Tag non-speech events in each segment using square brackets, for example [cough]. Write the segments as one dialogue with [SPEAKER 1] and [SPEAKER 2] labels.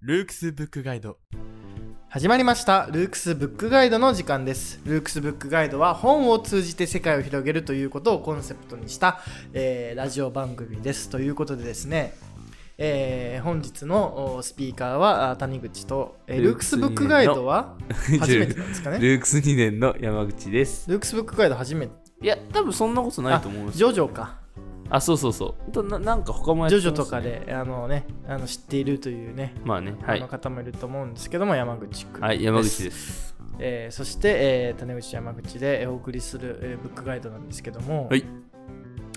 [SPEAKER 1] ルークスブックガイ
[SPEAKER 2] [laughs]
[SPEAKER 1] ド
[SPEAKER 3] 始まりましたルークスブックガイドの時間ですルークスブックガイドは本を通じて世界を広げるということをコンセプトにした、えーラジオ番組ですということでですね、えー本日のおスピーカーはあ谷口と、えール
[SPEAKER 2] ル
[SPEAKER 3] ー
[SPEAKER 2] ー
[SPEAKER 3] ク
[SPEAKER 2] ク
[SPEAKER 3] ス
[SPEAKER 2] ス
[SPEAKER 3] ブックガイドは初めてなんですかね
[SPEAKER 2] ルークス2年の山口です。
[SPEAKER 3] ルークスブックガイド初めて
[SPEAKER 2] いや、多分そんなことないと思います
[SPEAKER 3] ジ。ョジョか
[SPEAKER 2] あ、そうそうそう。とななんか他もやって
[SPEAKER 3] ジョ
[SPEAKER 2] ます
[SPEAKER 3] ジ
[SPEAKER 2] ね
[SPEAKER 3] ョとか。であのねあの知っているというね
[SPEAKER 2] まあね、は
[SPEAKER 3] あの
[SPEAKER 2] い。
[SPEAKER 3] 方もいると思うんですけども、山口くん
[SPEAKER 2] はい、山口です。
[SPEAKER 3] えーそして、えー、種口山口でえーお送りする、えーブックガイドなんですけども、
[SPEAKER 2] はい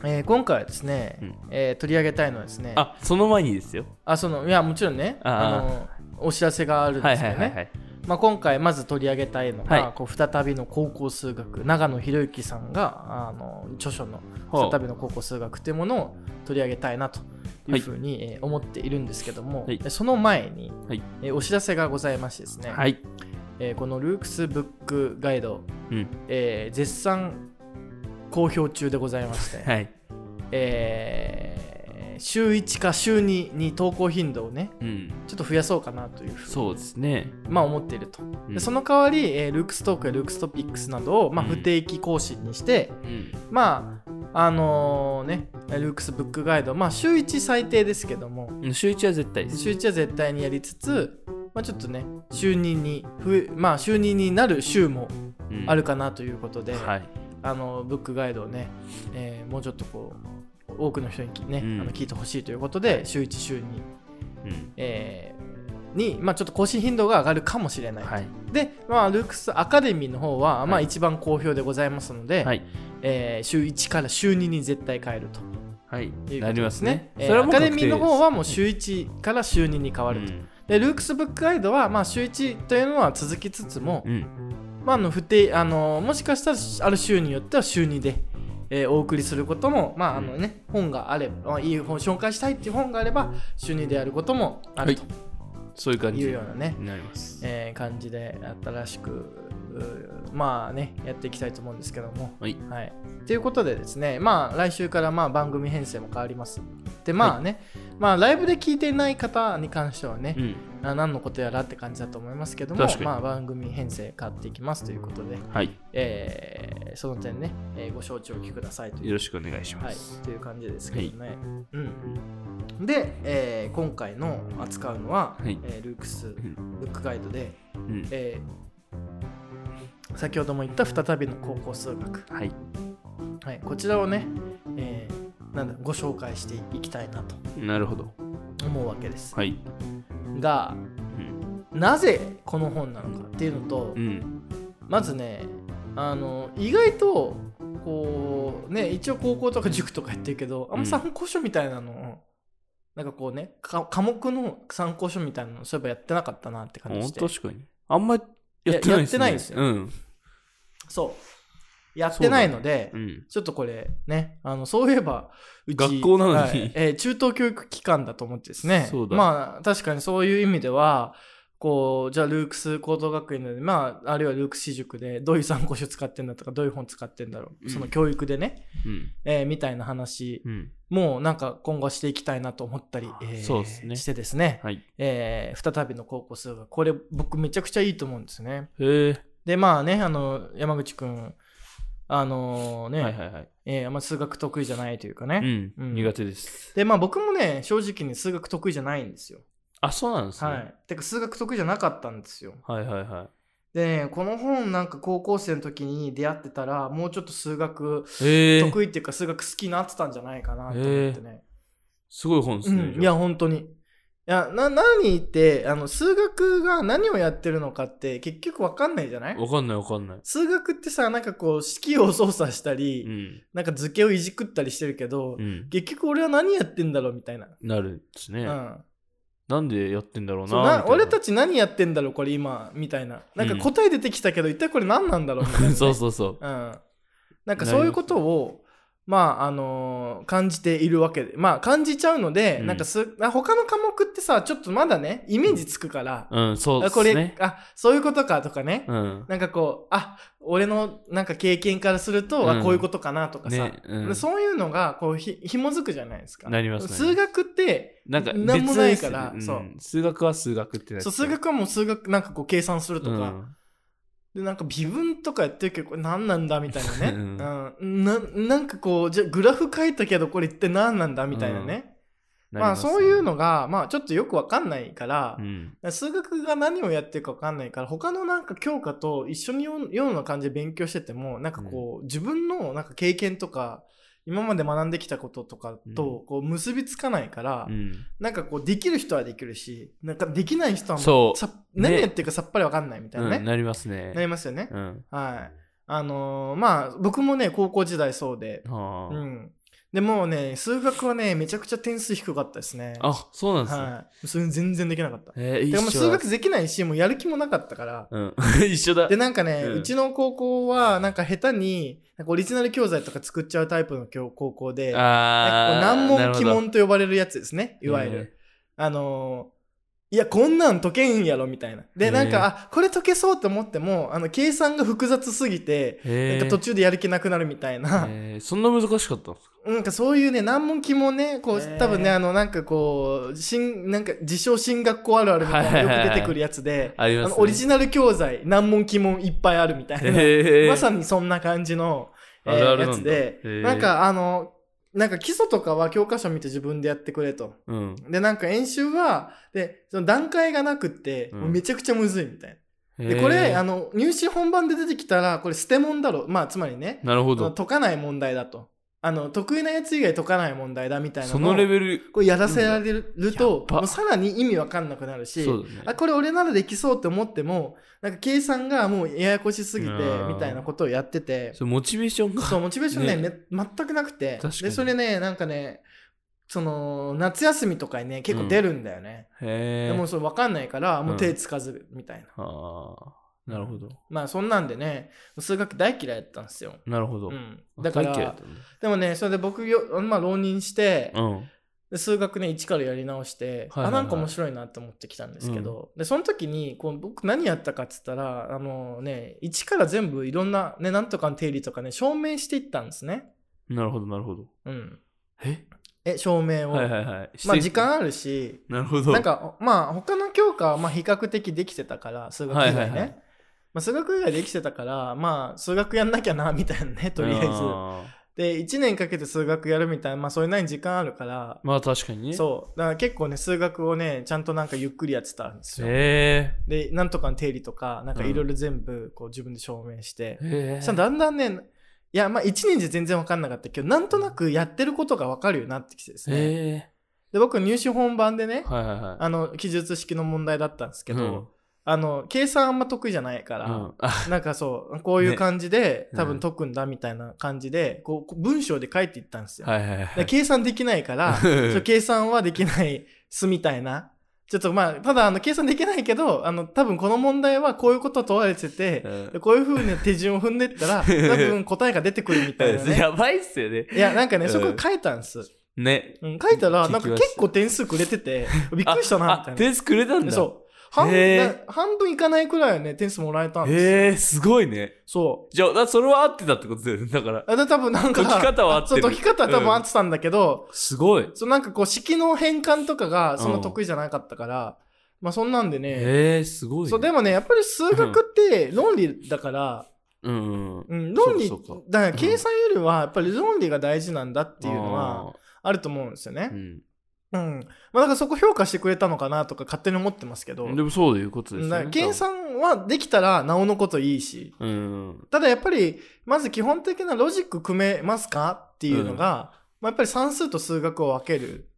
[SPEAKER 3] えー今回はですね、
[SPEAKER 2] うん
[SPEAKER 3] えー取り上げたいのはですね
[SPEAKER 2] あ、その前にですよ。
[SPEAKER 3] あそのいやもちろんね
[SPEAKER 2] あー
[SPEAKER 3] あのお知らせがあるん
[SPEAKER 2] は
[SPEAKER 3] で
[SPEAKER 2] い
[SPEAKER 3] す
[SPEAKER 2] は
[SPEAKER 3] よ
[SPEAKER 2] い
[SPEAKER 3] ね、
[SPEAKER 2] はいはい。
[SPEAKER 3] まあ、今回まず取り上げたいのが、
[SPEAKER 2] はい
[SPEAKER 3] こう再びの高校数学長野博之さんがあの著書の「
[SPEAKER 2] ほう
[SPEAKER 3] 再びの高校数学」というものを取り上げたいなというふうに、えー思っているんですけども、
[SPEAKER 2] はい
[SPEAKER 3] えその前に、
[SPEAKER 2] はい
[SPEAKER 3] えーお知らせがございましてですね、
[SPEAKER 2] はい。
[SPEAKER 3] えーこのルークスブックガイド、
[SPEAKER 2] うん
[SPEAKER 3] えー絶賛好評中でございまして、
[SPEAKER 2] [laughs] はい。
[SPEAKER 3] えー週1か週2に投稿頻度をね
[SPEAKER 2] うん。
[SPEAKER 3] ちょっと増やそうかなというふうに
[SPEAKER 2] そうですね。
[SPEAKER 3] まあ、思っていると、
[SPEAKER 2] うん
[SPEAKER 3] でその代わり、えールークストークやルークストピックスなどを、まあ、
[SPEAKER 2] うん
[SPEAKER 3] 不定期更新にして、
[SPEAKER 2] うん。
[SPEAKER 3] まああのねルークスブックガイド、まあ、週1最低ですけども
[SPEAKER 2] うん週一は絶対です。
[SPEAKER 3] 週1は絶対にやりつつ、まあ、ちょっとね週2にふえまあ週2になる週も
[SPEAKER 2] うん
[SPEAKER 3] あるかなということで、
[SPEAKER 2] はい。
[SPEAKER 3] あのブックガイドをね、えーもうちょっとこう多くの人にね、
[SPEAKER 2] うん
[SPEAKER 3] あの聞いてほしいということで週1週2、
[SPEAKER 2] うん。
[SPEAKER 3] えーに、まあ、ちょっと更新頻度が上がるかもしれない、
[SPEAKER 2] はい。
[SPEAKER 3] で、まあ、ルークスアカデミーの方は、まあ、
[SPEAKER 2] はい
[SPEAKER 3] 一番好評でございますので、
[SPEAKER 2] はい。
[SPEAKER 3] えー週1から週2に絶対変えるというこ
[SPEAKER 2] はい。
[SPEAKER 3] とですね
[SPEAKER 2] なりますね。
[SPEAKER 3] えー
[SPEAKER 2] それは
[SPEAKER 3] ア
[SPEAKER 2] もう
[SPEAKER 3] カ
[SPEAKER 2] 確
[SPEAKER 3] デ
[SPEAKER 2] 定
[SPEAKER 3] ミーの
[SPEAKER 2] で
[SPEAKER 3] 方
[SPEAKER 2] す
[SPEAKER 3] はもう週1から週2に変わると、でルークスブックガイドは、まあ、週1というのは続きつつも、
[SPEAKER 2] うん。うん。
[SPEAKER 3] まあ、あの不定あのもしかしたらある週によっては週2で、えーお送りすることも、まああのね本があればまあいい本紹介したいっていう本があれば週2でやることもある
[SPEAKER 2] は
[SPEAKER 3] と
[SPEAKER 2] そういう感
[SPEAKER 3] い
[SPEAKER 2] じ
[SPEAKER 3] うようなね、
[SPEAKER 2] になります。
[SPEAKER 3] えー感じで新しくうーまあねやっていきたいと思うんですけども。
[SPEAKER 2] はい。
[SPEAKER 3] はい、ということでですね、まあ、来週からまあ番組編成も変わります。でまあね、まあ、ライブで聞いていない方に関してはね、
[SPEAKER 2] うん。
[SPEAKER 3] あ何のことやらって感じだと思いますけども
[SPEAKER 2] 確か、に
[SPEAKER 3] まあ、番組編成変わっていきますということで、
[SPEAKER 2] はい。
[SPEAKER 3] えーその点ね、えーご承知おきくださいとい
[SPEAKER 2] よ
[SPEAKER 3] う,、
[SPEAKER 2] ろしくお願いしま
[SPEAKER 3] はい
[SPEAKER 2] す。、
[SPEAKER 3] という感じですけどね。うん、で、えー今回の扱うのは、
[SPEAKER 2] はい
[SPEAKER 3] えールークス
[SPEAKER 2] ん
[SPEAKER 3] ブックガイドで、
[SPEAKER 2] うん。
[SPEAKER 3] えー先ほども言った再びの高校数学、
[SPEAKER 2] はい。
[SPEAKER 3] はい、こちらをね、えーなんだご紹介していきたいなと
[SPEAKER 2] なるほど。
[SPEAKER 3] 思うわけです、
[SPEAKER 2] はい。
[SPEAKER 3] が
[SPEAKER 2] うん。
[SPEAKER 3] なぜこの本なのかっていうのと、
[SPEAKER 2] うん。
[SPEAKER 3] まずねあの意外とこうね一応高校とか塾とかやってるけど
[SPEAKER 2] う
[SPEAKER 3] あんま
[SPEAKER 2] ん
[SPEAKER 3] 参考書みたいなの、なんかこうねか科目の参考書みたいなのそういえばやってなかったなって感じ
[SPEAKER 2] お
[SPEAKER 3] して
[SPEAKER 2] 確かに。あんまやってないですね。
[SPEAKER 3] ややってないですよ
[SPEAKER 2] うん。
[SPEAKER 3] そうやってないので、
[SPEAKER 2] うん。
[SPEAKER 3] ちょっとこれねあのそういえばうち
[SPEAKER 2] 学校なのに
[SPEAKER 3] はいえー中等教育機関だと思ってですね
[SPEAKER 2] そうだ
[SPEAKER 3] まあ確かにそういう意味ではこうじゃあルークス高等学院で、まあ、あるいはルークス私塾でどういう参考書使ってんだとかどういう本使ってんだろう、
[SPEAKER 2] うん
[SPEAKER 3] その教育でね、
[SPEAKER 2] うん。
[SPEAKER 3] えーみたいな話
[SPEAKER 2] うん。
[SPEAKER 3] もうなんか今後していきたいなと思ったり、えー
[SPEAKER 2] そうですね
[SPEAKER 3] してですね、
[SPEAKER 2] はい。
[SPEAKER 3] えー再びの高校数学これ僕めちゃくちゃいいと思うんですね
[SPEAKER 2] へえ。
[SPEAKER 3] でまあねあの山口くんあのね、
[SPEAKER 2] はいはいはい。
[SPEAKER 3] えーあんま数学得意じゃないというかね、
[SPEAKER 2] うん。
[SPEAKER 3] うん
[SPEAKER 2] 苦手です。
[SPEAKER 3] でまあ僕もね正直に数学得意じゃないんですよ。
[SPEAKER 2] あ、そうなんですね。
[SPEAKER 3] はい。てか数学得意じゃなかったんですよ。
[SPEAKER 2] はいはいは
[SPEAKER 3] でねこの本なんか高校生の時に出会ってたらもうちょっと数学
[SPEAKER 2] い。へえ。
[SPEAKER 3] 得意っていうか数学好きになってたんじゃないかなと思ってね。
[SPEAKER 2] すごい本ですね。
[SPEAKER 3] うん、い
[SPEAKER 2] じゃ
[SPEAKER 3] や
[SPEAKER 2] あ、
[SPEAKER 3] 本当に。いやな何ってあの数学が何をやってるのかって結局わかんないじゃない
[SPEAKER 2] わかんないわかんない。
[SPEAKER 3] 数学ってさなんかこう式を操作したり、
[SPEAKER 2] うん。
[SPEAKER 3] なんか図形をいじくったりしてるけど、
[SPEAKER 2] うん。
[SPEAKER 3] 結局俺は何やってんだろうみたいな。
[SPEAKER 2] なるんですね
[SPEAKER 3] う。ん
[SPEAKER 2] なんでやってんだろう
[SPEAKER 3] そう
[SPEAKER 2] な
[SPEAKER 3] な
[SPEAKER 2] みいな。
[SPEAKER 3] 俺たち何やってんだろうこれ今みたいななんか
[SPEAKER 2] うん
[SPEAKER 3] 答
[SPEAKER 2] [laughs]
[SPEAKER 3] え出てきたけど、一体これ何なんだろうみたいな、
[SPEAKER 2] そうそうそう。
[SPEAKER 3] うん、なんかそういうことをまああのー感じているわけでまあ感じちゃうので、
[SPEAKER 2] うん
[SPEAKER 3] なんかすあ他の科目ってさちょっとまだねイメージつくから、
[SPEAKER 2] うん、そうで
[SPEAKER 3] あこ
[SPEAKER 2] す
[SPEAKER 3] れ、
[SPEAKER 2] ね。
[SPEAKER 3] あそういうことかとかね、
[SPEAKER 2] うん。
[SPEAKER 3] なんかこうあ俺のなんか経験からすると、
[SPEAKER 2] うん
[SPEAKER 3] あこういうことかなとかさ、
[SPEAKER 2] ね、うん、
[SPEAKER 3] そういうのがこうひひもづくじゃないですか。
[SPEAKER 2] なりますね
[SPEAKER 3] 数学って
[SPEAKER 2] なんか
[SPEAKER 3] なんもないから
[SPEAKER 2] 別に
[SPEAKER 3] そう
[SPEAKER 2] 数学は数学ってなっち
[SPEAKER 3] そ
[SPEAKER 2] ゃ
[SPEAKER 3] う数学はもう数学なんかこう計算するとか、でなんか微分とかやってるけどこれ何なんだみたい [laughs] なね、
[SPEAKER 2] う
[SPEAKER 3] うんななんかこうじゃあグラフ書いたけどこれ一体何なんだみたいなね、まあそういう、のが、まあ、ちょっとよくわかんないから
[SPEAKER 2] う、ん
[SPEAKER 3] 数学が何をやってるかわかんないから他のなんか教科と一緒によような感じで勉強しててもなんかこう、自分のなんか経験とか今まで学んできたこととかとこう結びつかないから、
[SPEAKER 2] うん
[SPEAKER 3] なんかこうできる人はできるしなんかできない人はもう
[SPEAKER 2] そう
[SPEAKER 3] さ
[SPEAKER 2] ね
[SPEAKER 3] 何やってるかさっぱりわかんないみたいなね、
[SPEAKER 2] うん、なりますね。
[SPEAKER 3] なりますよね、
[SPEAKER 2] うん。
[SPEAKER 3] はいあのーまあ僕もね高校時代そうで
[SPEAKER 2] はあ
[SPEAKER 3] うんでもうね数学はねめちゃくちゃ点数低かったですね
[SPEAKER 2] あ、そうなんですね。
[SPEAKER 3] はいそれ全然できなかった
[SPEAKER 2] えー、一
[SPEAKER 3] で
[SPEAKER 2] 緒
[SPEAKER 3] も
[SPEAKER 2] だ
[SPEAKER 3] 数学できないしもうやる気もなかったから
[SPEAKER 2] うん。 [laughs] 一緒だ
[SPEAKER 3] で。なんかね、う
[SPEAKER 2] うん
[SPEAKER 3] ちの高校はなんか下手になんかオリジナル教材とか作っちゃうタイプの教高校でなんかこ
[SPEAKER 2] ああ。
[SPEAKER 3] う難
[SPEAKER 2] なる
[SPEAKER 3] 問
[SPEAKER 2] ほ
[SPEAKER 3] 鬼
[SPEAKER 2] ど
[SPEAKER 3] 門と呼ばれるやつですねいわゆる、あのーいやこんなん解けんやろみたいなでなん
[SPEAKER 2] へえ
[SPEAKER 3] かあこれ解けそうと思ってもあの計算が複雑すぎて
[SPEAKER 2] へ
[SPEAKER 3] な
[SPEAKER 2] え
[SPEAKER 3] んか途中でやる気なくなるみたいな、
[SPEAKER 2] えーそんな難しかったんですか
[SPEAKER 3] なんかそういうね難問鬼門ねこう
[SPEAKER 2] へえ
[SPEAKER 3] 多分ねあのなんかこうしんなんか自称進学校あるあるみたいなのよく出てくるやつで、
[SPEAKER 2] あり
[SPEAKER 3] あ
[SPEAKER 2] ます、ね。
[SPEAKER 3] のオリジナル教材難問鬼門いっぱいあるみたいな、
[SPEAKER 2] へー
[SPEAKER 3] まさにそんな感じの、えー
[SPEAKER 2] あるあるなんだ
[SPEAKER 3] やつで、
[SPEAKER 2] へー
[SPEAKER 3] なんかあのなんか基礎とかは教科書見て自分でやってくれと
[SPEAKER 2] うん。
[SPEAKER 3] でなんか演習はでその段階がなくって、
[SPEAKER 2] うん
[SPEAKER 3] もうめちゃくちゃむずいみたいな、
[SPEAKER 2] へ
[SPEAKER 3] で
[SPEAKER 2] ー
[SPEAKER 3] これあの入試本番で出てきたらこれ捨て問だろまあつまりね
[SPEAKER 2] なるほ
[SPEAKER 3] その
[SPEAKER 2] ど。
[SPEAKER 3] 解かない問題だとあの得意なやつ以外解かない問題だみたいな
[SPEAKER 2] そのレ
[SPEAKER 3] ル
[SPEAKER 2] ベル、
[SPEAKER 3] これやらせられると、
[SPEAKER 2] やっば
[SPEAKER 3] もうさらに意味わかんなくなるし
[SPEAKER 2] そうだね。
[SPEAKER 3] あこれ俺ならできそうって思ってもなんか計算がもうややこしすぎて
[SPEAKER 2] うん
[SPEAKER 3] みたいなことをやってて
[SPEAKER 2] そうモチベーションが。
[SPEAKER 3] そうモチベーションねめ全くなくて
[SPEAKER 2] 確かに
[SPEAKER 3] でそれねなんかねその夏休みとかにね結構出るんだよね、
[SPEAKER 2] へえ。
[SPEAKER 3] でもそれ分かんないからもう手つかずみたいな、
[SPEAKER 2] ああ、なるほど。
[SPEAKER 3] まあそんなんでね数学大嫌いだったんですよ、
[SPEAKER 2] なるほど。
[SPEAKER 3] うん、だか
[SPEAKER 2] 大嫌い
[SPEAKER 3] ら
[SPEAKER 2] だったんだ
[SPEAKER 3] でもねそれで僕よ、まあ、浪人して、
[SPEAKER 2] うん。
[SPEAKER 3] で数学ね一からやり直して、
[SPEAKER 2] はいはいはい
[SPEAKER 3] あなんか面白いなって思ってきたんですけど、でその時にこう僕何やったかっつったらあのね一から全部いろんな、ね、なんとかの定理とかね証明していったんですね。
[SPEAKER 2] なるほど、なるほど。
[SPEAKER 3] うん、
[SPEAKER 2] え
[SPEAKER 3] え証明を、
[SPEAKER 2] はいはいはい。
[SPEAKER 3] まあ時間あるし
[SPEAKER 2] なるほど。
[SPEAKER 3] なんかまあ他の教科はまあ比較的できてたから数学以外ね、
[SPEAKER 2] はいはいはい
[SPEAKER 3] まあ、数学以外できてたからまあ数学やんなきゃなみたいなねとりあえず。
[SPEAKER 2] あー
[SPEAKER 3] で1年かけて数学やるみたいなまあそれなりに時間あるから
[SPEAKER 2] まあ確かにね。う。
[SPEAKER 3] そう。だから結構ね、数学をね、ちゃんとなんかゆっくりやってたんですよ。
[SPEAKER 2] へ
[SPEAKER 3] で、なんとかの定理とか、なんか
[SPEAKER 2] うん
[SPEAKER 3] いろいろ全部こう自分で証明して
[SPEAKER 2] え。。へえ。
[SPEAKER 3] そしたらだんだんね、いや、まあ1年じゃ全然わかんなかったけど、なんとなくやってることがわかるようになってきてですね。
[SPEAKER 2] へ
[SPEAKER 3] で、僕入試本番でね
[SPEAKER 2] え。、はいはいはい。
[SPEAKER 3] あの、記述式の問題だったんですけ
[SPEAKER 2] う
[SPEAKER 3] ど
[SPEAKER 2] ん、
[SPEAKER 3] あの、計算あんま得意じゃないから、
[SPEAKER 2] うんあ
[SPEAKER 3] なんかそう、こういう感じで、
[SPEAKER 2] ね
[SPEAKER 3] 多分解くんだみたいな感じで、こうこう文章で書いていったんですよ。
[SPEAKER 2] はいはいは
[SPEAKER 3] で
[SPEAKER 2] い。
[SPEAKER 3] 計算できない
[SPEAKER 2] [laughs]
[SPEAKER 3] から、ちょっと計算はできないすみたいな。ちょっとまあ、ただあの計算できないけど、あの多分この問題はこういうことを問われてて、
[SPEAKER 2] う
[SPEAKER 3] こういうふうな手順を踏んでったら、多分答えが出てくるみたいなんね。
[SPEAKER 2] やば [laughs] いっすよね。
[SPEAKER 3] いや、なんかね、
[SPEAKER 2] うん
[SPEAKER 3] そこ書いたんです。
[SPEAKER 2] ね。
[SPEAKER 3] うん、書いたら、
[SPEAKER 2] 聞き
[SPEAKER 3] なん
[SPEAKER 2] ました
[SPEAKER 3] か結構点数くれてて、びっくりしたな、
[SPEAKER 2] あ、
[SPEAKER 3] みたい
[SPEAKER 2] 点数くれたん
[SPEAKER 3] な。
[SPEAKER 2] だ。
[SPEAKER 3] そう。半
[SPEAKER 2] へー
[SPEAKER 3] な半分いかないくらいはね、点数もらえたんです。
[SPEAKER 2] へえ、すごいね。
[SPEAKER 3] そう。
[SPEAKER 2] じゃあ、だそれは合ってたってことだよね。だから、
[SPEAKER 3] あで多分なんか、
[SPEAKER 2] 解き方は合ってる
[SPEAKER 3] そう、解き方は多分合ってたんだけど、
[SPEAKER 2] すごい。
[SPEAKER 3] そうなんかこう式の変換とかがそんな
[SPEAKER 2] うん
[SPEAKER 3] 得意じゃなかったから、まあそんなんでね、
[SPEAKER 2] へえ、すごいね。
[SPEAKER 3] そうでもねやっぱり数学って論理だから、
[SPEAKER 2] うんうん。
[SPEAKER 3] うん、論理
[SPEAKER 2] そうかそうか
[SPEAKER 3] だから計算よりはやっぱり論理が大事なんだっていうのはあると思うんですよ
[SPEAKER 2] あー、う
[SPEAKER 3] ね。
[SPEAKER 2] ん
[SPEAKER 3] うん、まあだからそこ評価してくれたのかなとか勝手に思ってますけど、
[SPEAKER 2] でもそういうことです
[SPEAKER 3] だ
[SPEAKER 2] よ
[SPEAKER 3] から
[SPEAKER 2] ね。
[SPEAKER 3] 計算はできたらなおのこといいし。
[SPEAKER 2] 多分うん。
[SPEAKER 3] ただやっぱりまず基本的なロジック組めますかっていうのが、まあ、やっぱり算数と数学を分ける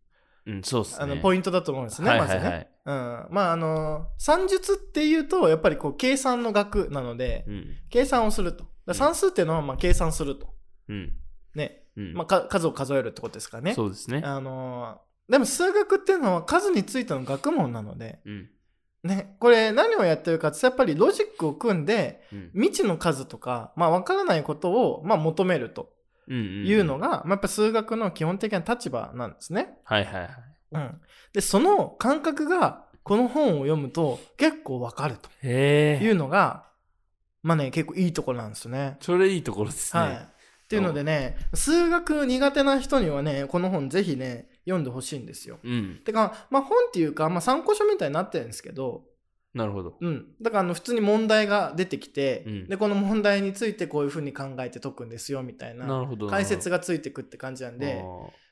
[SPEAKER 2] うん、そうっすね。
[SPEAKER 3] あのポ
[SPEAKER 2] イン
[SPEAKER 3] イントだと思うんですね、
[SPEAKER 2] はい
[SPEAKER 3] ま
[SPEAKER 2] は
[SPEAKER 3] ず
[SPEAKER 2] いは
[SPEAKER 3] ね。
[SPEAKER 2] い。
[SPEAKER 3] うん、まああの算術っていうとやっぱりこう計算の学なので、
[SPEAKER 2] うん。
[SPEAKER 3] 計算をするとだから算数っていうのはまあ計算すると、
[SPEAKER 2] うん。
[SPEAKER 3] ね
[SPEAKER 2] うん。
[SPEAKER 3] まあ、か数を数えるってことですからね
[SPEAKER 2] そうですね。
[SPEAKER 3] あのでも数学っていうのは数についての学問なので、
[SPEAKER 2] うん。
[SPEAKER 3] ね、これ何をやってるかってやっぱりロジックを組んで
[SPEAKER 2] うん
[SPEAKER 3] 未知の数とか、まあ、分からないことをまあ求めると
[SPEAKER 2] うんうん
[SPEAKER 3] いうのが、まあ、やっぱ数学の基本的な立場なんですね。
[SPEAKER 2] はいはいはい
[SPEAKER 3] うん、でその感覚がこの本を読むと結構わかると
[SPEAKER 2] へ
[SPEAKER 3] い
[SPEAKER 2] え
[SPEAKER 3] うのが、まあね結構いいところなんですよね。
[SPEAKER 2] それいいところですね、
[SPEAKER 3] はい、っていうのでね数学苦手な人にはねこの本ぜひね読んでほしいんですよ。
[SPEAKER 2] うん
[SPEAKER 3] てか、まあ、本っていうか、まあ、参考書みたいになってるんですけど、
[SPEAKER 2] なるほど
[SPEAKER 3] うん、だからあの普通に問題が出てきて、
[SPEAKER 2] うん
[SPEAKER 3] でこの問題についてこういうふうに考えて解くんですよみたい
[SPEAKER 2] な
[SPEAKER 3] な
[SPEAKER 2] るほど
[SPEAKER 3] 解説
[SPEAKER 2] が
[SPEAKER 3] がついてくって感じなんで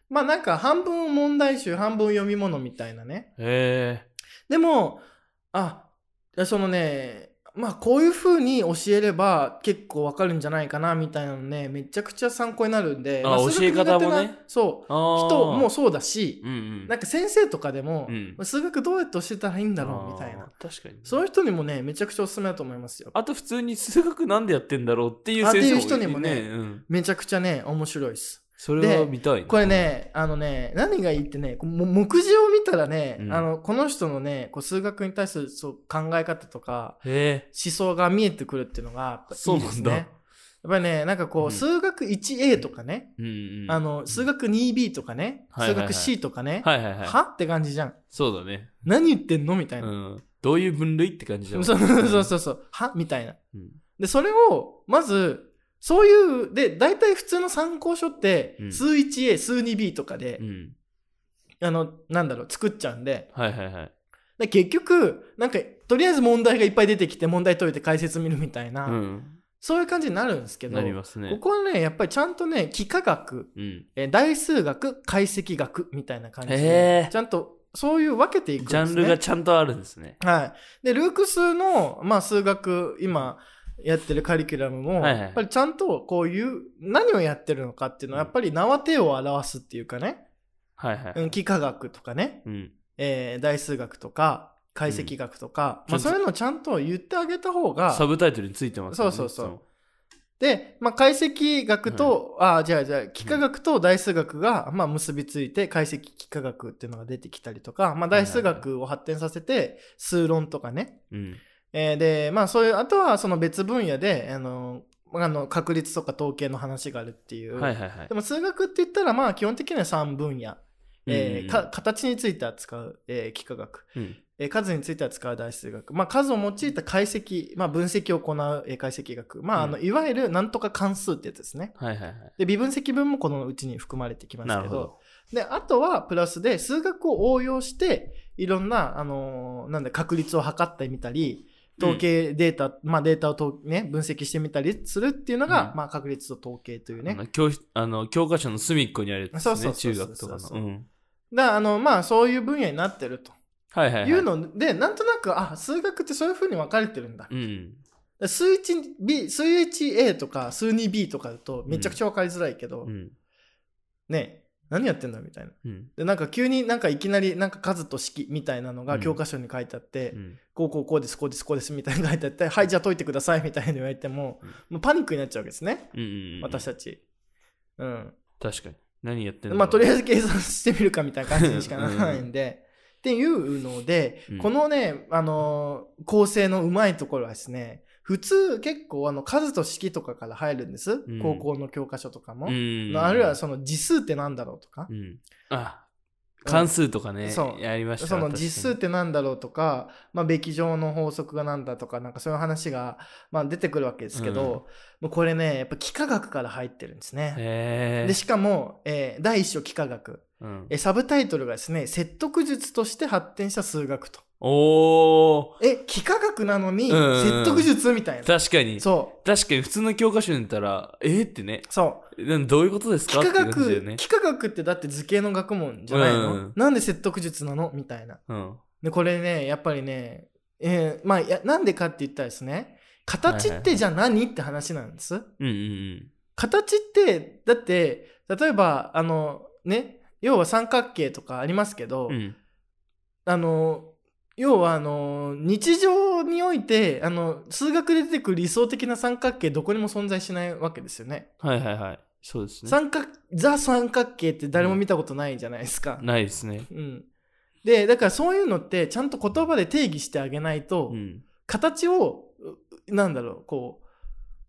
[SPEAKER 3] まあなんか半分問題集半分読み物みたいなね
[SPEAKER 2] へえ
[SPEAKER 3] でもあいやそのねまあこういうふうに教えれば結構わかるんじゃないかなみたいなのねめちゃくちゃ参考になるんで
[SPEAKER 2] あ
[SPEAKER 3] ま
[SPEAKER 2] 教え方もね
[SPEAKER 3] 数学苦手なそう人
[SPEAKER 2] 人
[SPEAKER 3] もそうだし
[SPEAKER 2] うんうん
[SPEAKER 3] なんか先生とかでも、
[SPEAKER 2] うん
[SPEAKER 3] 数学どうやって教えたらいいんだろうみたい
[SPEAKER 2] あ
[SPEAKER 3] な
[SPEAKER 2] ー確かに
[SPEAKER 3] そういう人にもねめちゃくちゃおすすめだと思いますよ
[SPEAKER 2] あと普通に数学なんでやってんだろうっていう
[SPEAKER 3] あ
[SPEAKER 2] 先生
[SPEAKER 3] っていう人にもね
[SPEAKER 2] 多いうん、
[SPEAKER 3] めちゃくちゃね面白いです
[SPEAKER 2] それは見たいな
[SPEAKER 3] これねあのね何がいいってねも目次を見たらね、
[SPEAKER 2] うん
[SPEAKER 3] あのこの人のねこう数学に対するそう考え方とか
[SPEAKER 2] へえ
[SPEAKER 3] 思想が見えてくるっていうのがやっぱいいです
[SPEAKER 2] そうなんだ
[SPEAKER 3] ねやっぱりねなんかこう、
[SPEAKER 2] うん
[SPEAKER 3] 数学 1A とかね、
[SPEAKER 2] うんうん
[SPEAKER 3] あの数学 2B とかね、
[SPEAKER 2] はいはいはい
[SPEAKER 3] 数学 C とかね、
[SPEAKER 2] はいはいはい
[SPEAKER 3] はって感じじゃん
[SPEAKER 2] そうだね
[SPEAKER 3] 何言ってんのみたいうな、
[SPEAKER 2] んどういう分類って感じだもん
[SPEAKER 3] そうそうそうそうはみたいな
[SPEAKER 2] うん
[SPEAKER 3] でそれをまずそういうで大体普通の参考書って、
[SPEAKER 2] うん
[SPEAKER 3] 数 1A 数 2B とかで、
[SPEAKER 2] うん
[SPEAKER 3] あのなんだろう作っちゃうんで
[SPEAKER 2] はいはいはい
[SPEAKER 3] で結局なんかとりあえず問題がいっぱい出てきて問題解いて解説見るみたいな、
[SPEAKER 2] うん
[SPEAKER 3] そういう感じになるんですけど
[SPEAKER 2] なりますね
[SPEAKER 3] ここはねやっぱりちゃんとね幾何学
[SPEAKER 2] うん
[SPEAKER 3] えー代数学解析学みたいな感じ
[SPEAKER 2] へ
[SPEAKER 3] で
[SPEAKER 2] ー
[SPEAKER 3] ちゃんとそういう分けていくん
[SPEAKER 2] ジ
[SPEAKER 3] で
[SPEAKER 2] ャ
[SPEAKER 3] す
[SPEAKER 2] ン
[SPEAKER 3] ね
[SPEAKER 2] ルがちゃんとあるんですね
[SPEAKER 3] はい、でルークスの、まあ、数学今やってるカリキュラムも、
[SPEAKER 2] はいはい
[SPEAKER 3] やっぱりちゃんとこういう何をやってるのかっていうのは
[SPEAKER 2] うん
[SPEAKER 3] やっぱり縄手を表すっていうかね
[SPEAKER 2] はいはい
[SPEAKER 3] うん幾何学とかね、
[SPEAKER 2] うん
[SPEAKER 3] えー代数学とか解析学とか、
[SPEAKER 2] うん
[SPEAKER 3] まあ、
[SPEAKER 2] ちゃ
[SPEAKER 3] そ
[SPEAKER 2] んと
[SPEAKER 3] ういうのをちゃんと言ってあげた方が
[SPEAKER 2] サブタイトルについてますよね
[SPEAKER 3] そうそうそうで、まあ、解析学と、あじゃあじゃあ幾何学と代数学が、まあ、結びついて解析幾何学っていうのが出てきたりとか、まあ、代数学を発展させて数論とかね、
[SPEAKER 2] うん
[SPEAKER 3] えーでまあそういうあとはその別分野であのあの確率とか統計の話があるっていう、
[SPEAKER 2] はいはいはい
[SPEAKER 3] でも数学って言ったらまあ基本的には3分野、えー
[SPEAKER 2] うん
[SPEAKER 3] か形について扱う、えー幾何学、
[SPEAKER 2] うん
[SPEAKER 3] えー数について扱う代数学、まあ、数を用いた解析、まあ、分析を行う、えー解析学、まあ、あの
[SPEAKER 2] う
[SPEAKER 3] いわゆるなんとか関数ってやつですね
[SPEAKER 2] はいはいはい
[SPEAKER 3] で微分積分もこのうちに含まれてきます
[SPEAKER 2] な
[SPEAKER 3] け
[SPEAKER 2] る
[SPEAKER 3] ど
[SPEAKER 2] ほど
[SPEAKER 3] であとはプラスで数学を応用していろんな,、あのーなんだ確率を測ってみたり統計データ、まあ、データをと、ね、分析してみたりするっていうのが、
[SPEAKER 2] うん
[SPEAKER 3] まあ、確率と統計という
[SPEAKER 2] あ
[SPEAKER 3] ね。
[SPEAKER 2] の教室あの教科書の隅っこにあるやつ
[SPEAKER 3] そう
[SPEAKER 2] で
[SPEAKER 3] そ
[SPEAKER 2] す
[SPEAKER 3] う
[SPEAKER 2] ね
[SPEAKER 3] そう
[SPEAKER 2] 中
[SPEAKER 3] そう
[SPEAKER 2] 学とか
[SPEAKER 3] そうそう
[SPEAKER 2] のうん
[SPEAKER 3] だあのまあそういう分野になってると
[SPEAKER 2] はいはいはい
[SPEAKER 3] いうので、なんとなくあ数学ってそういうふうに分かれてるんだ。
[SPEAKER 2] うん
[SPEAKER 3] で数 1B 数 1A とか数 2B とかだとめちゃくちゃ分かりづらいけど、
[SPEAKER 2] うん
[SPEAKER 3] ね何やってんだみたいな。
[SPEAKER 2] うん
[SPEAKER 3] でなんか急になんかいきなりなんか数と式みたいなの
[SPEAKER 2] う
[SPEAKER 3] が
[SPEAKER 2] ん
[SPEAKER 3] 教科書に書いてあって、
[SPEAKER 2] うん
[SPEAKER 3] こうこうこうですこうですこうですみたいに書いてあってはいじゃあ解いてくださいみたいに言われても
[SPEAKER 2] うん
[SPEAKER 3] もうパニックになっちゃうわけですね
[SPEAKER 2] うんうんうん
[SPEAKER 3] 私たちうん
[SPEAKER 2] 確かに何やってんの
[SPEAKER 3] まあとり
[SPEAKER 2] あ
[SPEAKER 3] あえず計算してみるかみたいな感じにしかならないんでっていうので
[SPEAKER 2] うん
[SPEAKER 3] このねあのー構成のうまいところはですね普通結構あの数と式とかから入るんです
[SPEAKER 2] うん
[SPEAKER 3] 高校の教科書とかも
[SPEAKER 2] うん
[SPEAKER 3] あるいはその字数ってなんだろうとか
[SPEAKER 2] うんあ関数とかね
[SPEAKER 3] そう
[SPEAKER 2] やりました
[SPEAKER 3] その実数ってなんだろうとか、まあ、べき上の法則がなんだとかなんかそういう話が、まあ、出てくるわけですけど、
[SPEAKER 2] うん
[SPEAKER 3] もうこれねやっぱ幾何学から入ってるんですね。
[SPEAKER 2] へえ
[SPEAKER 3] でしかも、えー第一章幾何学
[SPEAKER 2] うん
[SPEAKER 3] えサブタイトルがですね説得術として発展した数学と
[SPEAKER 2] おお
[SPEAKER 3] え幾何学なのに
[SPEAKER 2] うんうんうん
[SPEAKER 3] 説得術みたいな、
[SPEAKER 2] 確かに
[SPEAKER 3] そ
[SPEAKER 2] 確かに普通の教科書に言ったらえーってね
[SPEAKER 3] うそう
[SPEAKER 2] なんどういうことですか
[SPEAKER 3] 幾
[SPEAKER 2] って感
[SPEAKER 3] 何学
[SPEAKER 2] じだよね
[SPEAKER 3] 幾何学ってだって図形の学問じゃないの、
[SPEAKER 2] うん
[SPEAKER 3] なんで説得術なのみたいな
[SPEAKER 2] うん
[SPEAKER 3] でこれねやっぱりね、えーまあいやなんでかって言ったらですね形
[SPEAKER 2] はい
[SPEAKER 3] っ
[SPEAKER 2] はいは
[SPEAKER 3] て
[SPEAKER 2] い
[SPEAKER 3] じゃあ何って話なんです
[SPEAKER 2] うんうん
[SPEAKER 3] 形ってだって例えばあのね要は三角形とかありますけど、
[SPEAKER 2] うんうん
[SPEAKER 3] あの要はあの日常においてあの数学で出てくる理想的な三角形どこにも存在しないわけですよね。
[SPEAKER 2] はいはいはいそうですね
[SPEAKER 3] 三角ザ三角形って誰も見たことないじゃないですか。
[SPEAKER 2] ないですね
[SPEAKER 3] うん、でだからそういうのってちゃんと言葉で定義してあげないと、
[SPEAKER 2] うん
[SPEAKER 3] 形をうなんだろうこう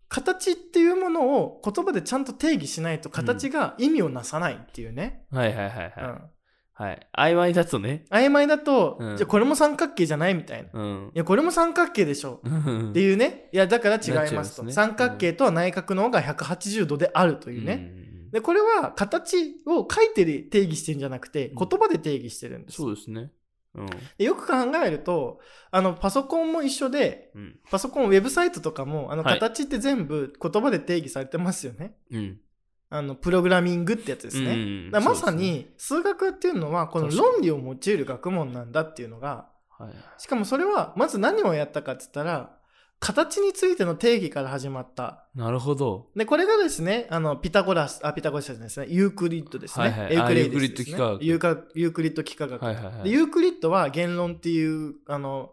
[SPEAKER 3] 形っていうものを言葉でちゃんと定義しないと形が意味をなさないっていうね、
[SPEAKER 2] はいはいはい
[SPEAKER 3] うん
[SPEAKER 2] はい。はい。曖昧だとね。
[SPEAKER 3] 曖昧だと、
[SPEAKER 2] うん
[SPEAKER 3] じゃあこれも三角形じゃないみたいな、い
[SPEAKER 2] うん。
[SPEAKER 3] やこれも三角形でしょ
[SPEAKER 2] っ
[SPEAKER 3] って
[SPEAKER 2] い
[SPEAKER 3] いうねいやだから違います
[SPEAKER 2] なっちゃいます
[SPEAKER 3] と
[SPEAKER 2] ね
[SPEAKER 3] 三角形とは内角の方が180度であるというね、
[SPEAKER 2] ね。
[SPEAKER 3] でこれは形を書いてで定義してるんじゃなくて
[SPEAKER 2] うん
[SPEAKER 3] 言葉で定義してるんです、
[SPEAKER 2] そうですね。うん。
[SPEAKER 3] でよく考えるとあのパソコンも一緒で
[SPEAKER 2] うん。
[SPEAKER 3] パソコンウェブサイトとかもあの
[SPEAKER 2] はい
[SPEAKER 3] 形って全部言葉で定義されてますよね、
[SPEAKER 2] うん。
[SPEAKER 3] あのプログラミングってやつですね、
[SPEAKER 2] ね
[SPEAKER 3] だからまさ、に数学っていうのはこの論理を用いる学問なんだっていうのが
[SPEAKER 2] そうですね
[SPEAKER 3] しかもそれはまず何をやったかって言ったら形についての定義から始まった
[SPEAKER 2] はい、なるほど。
[SPEAKER 3] でこれがですねあのピタゴラスあピタゴラスじゃないですねユークリッドですね、
[SPEAKER 2] はいはいあ
[SPEAKER 3] ユークリッドですねユ
[SPEAKER 2] ユー
[SPEAKER 3] ーカユークリッド幾何学、
[SPEAKER 2] はいはいはい。
[SPEAKER 3] でユークリッドは言論っていうあの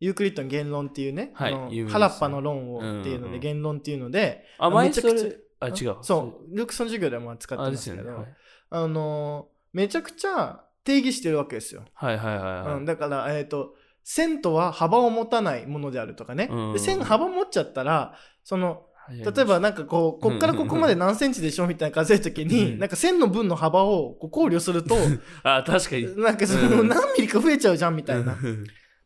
[SPEAKER 3] ユークリッドの言論っていうね、
[SPEAKER 2] はい
[SPEAKER 3] あの
[SPEAKER 2] 有名ですね
[SPEAKER 3] 原っぱの論をっていうの
[SPEAKER 2] うん
[SPEAKER 3] で
[SPEAKER 2] うん
[SPEAKER 3] 言論っていうので、
[SPEAKER 2] あ、前
[SPEAKER 3] めちゃ
[SPEAKER 2] に
[SPEAKER 3] く
[SPEAKER 2] そ
[SPEAKER 3] ちゃ
[SPEAKER 2] れ、あ、違う。
[SPEAKER 3] そうルークソン授業でも使って
[SPEAKER 2] あ、
[SPEAKER 3] ま
[SPEAKER 2] ですす
[SPEAKER 3] け
[SPEAKER 2] よね。
[SPEAKER 3] ど、
[SPEAKER 2] はい
[SPEAKER 3] あのめちゃくちゃ定義してるわけですよ。
[SPEAKER 2] はいはいはいは
[SPEAKER 3] うん、
[SPEAKER 2] い。
[SPEAKER 3] だから、えっ、と、線とは幅を持たないものであるとかね。
[SPEAKER 2] うん
[SPEAKER 3] で線幅持っちゃったら、その、
[SPEAKER 2] 例
[SPEAKER 3] 例え、ばなんかこう、こっからここまで何センチでしょみたいな数えるときに、
[SPEAKER 2] うん
[SPEAKER 3] なんか線の分の幅をこう考慮すると、
[SPEAKER 2] あ、確かに。み
[SPEAKER 3] なんかその
[SPEAKER 2] うん
[SPEAKER 3] 何ミリか増えちゃうじゃんみた
[SPEAKER 2] [laughs]
[SPEAKER 3] いな。ま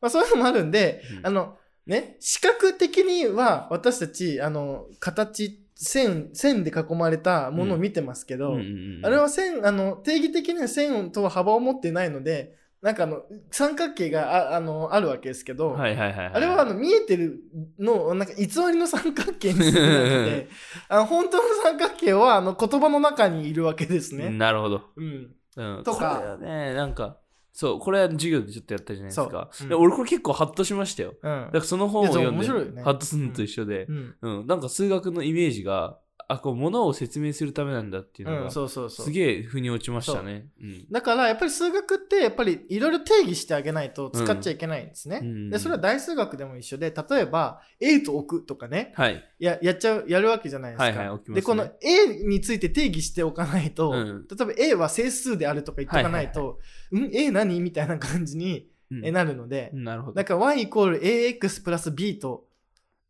[SPEAKER 3] あそういうのもあるんで、あの、ね、視覚的には私たち、あの、形、線、線で囲まれたものを見てますけど、あれは線あの定義的には線とは幅を持ってないのでなんかあの三角形がああのあるわけですけど、
[SPEAKER 2] はいはいはい。
[SPEAKER 3] あれはあの見えてるのをなんか偽りの三角形にするわけ
[SPEAKER 2] [laughs]
[SPEAKER 3] であの本当の三角形はあの言葉の中にいるわけですね。
[SPEAKER 2] なるほど。
[SPEAKER 3] うん、
[SPEAKER 2] うん
[SPEAKER 3] とか
[SPEAKER 2] これはね、なんか、そう、これは授業でちょっとやったじゃないですか
[SPEAKER 3] そ。ううん
[SPEAKER 2] で俺これ結構ハッとしましたよ。
[SPEAKER 3] うん
[SPEAKER 2] だからその本を読ん
[SPEAKER 3] いや
[SPEAKER 2] で、
[SPEAKER 3] そう面白いよね
[SPEAKER 2] ハッとするのと一緒で
[SPEAKER 3] う、ん
[SPEAKER 2] うん、なんか数学のイメージが、あ、こう、ものを説明するためなんだっていうのが、
[SPEAKER 3] うん、そうそうそう
[SPEAKER 2] すげえ腑に落ちましたね。うん。
[SPEAKER 3] だからやっぱり数学ってやっぱりいろいろ定義してあげないと使っちゃいけないんですね。
[SPEAKER 2] うん
[SPEAKER 3] でそれは大数学でも一緒で例えば A と置くとかね
[SPEAKER 2] はい。
[SPEAKER 3] ややっちゃうやるわけじゃないですか。
[SPEAKER 2] はいはい置きますね
[SPEAKER 3] でこの A について定義しておかないと、
[SPEAKER 2] うん
[SPEAKER 3] 例えば A は整数であるとか言っておかないと、うん A 何みたいな感じに
[SPEAKER 2] うん
[SPEAKER 3] えなるので、
[SPEAKER 2] うんなるほど
[SPEAKER 3] だ。から y イコール ax プラス b と、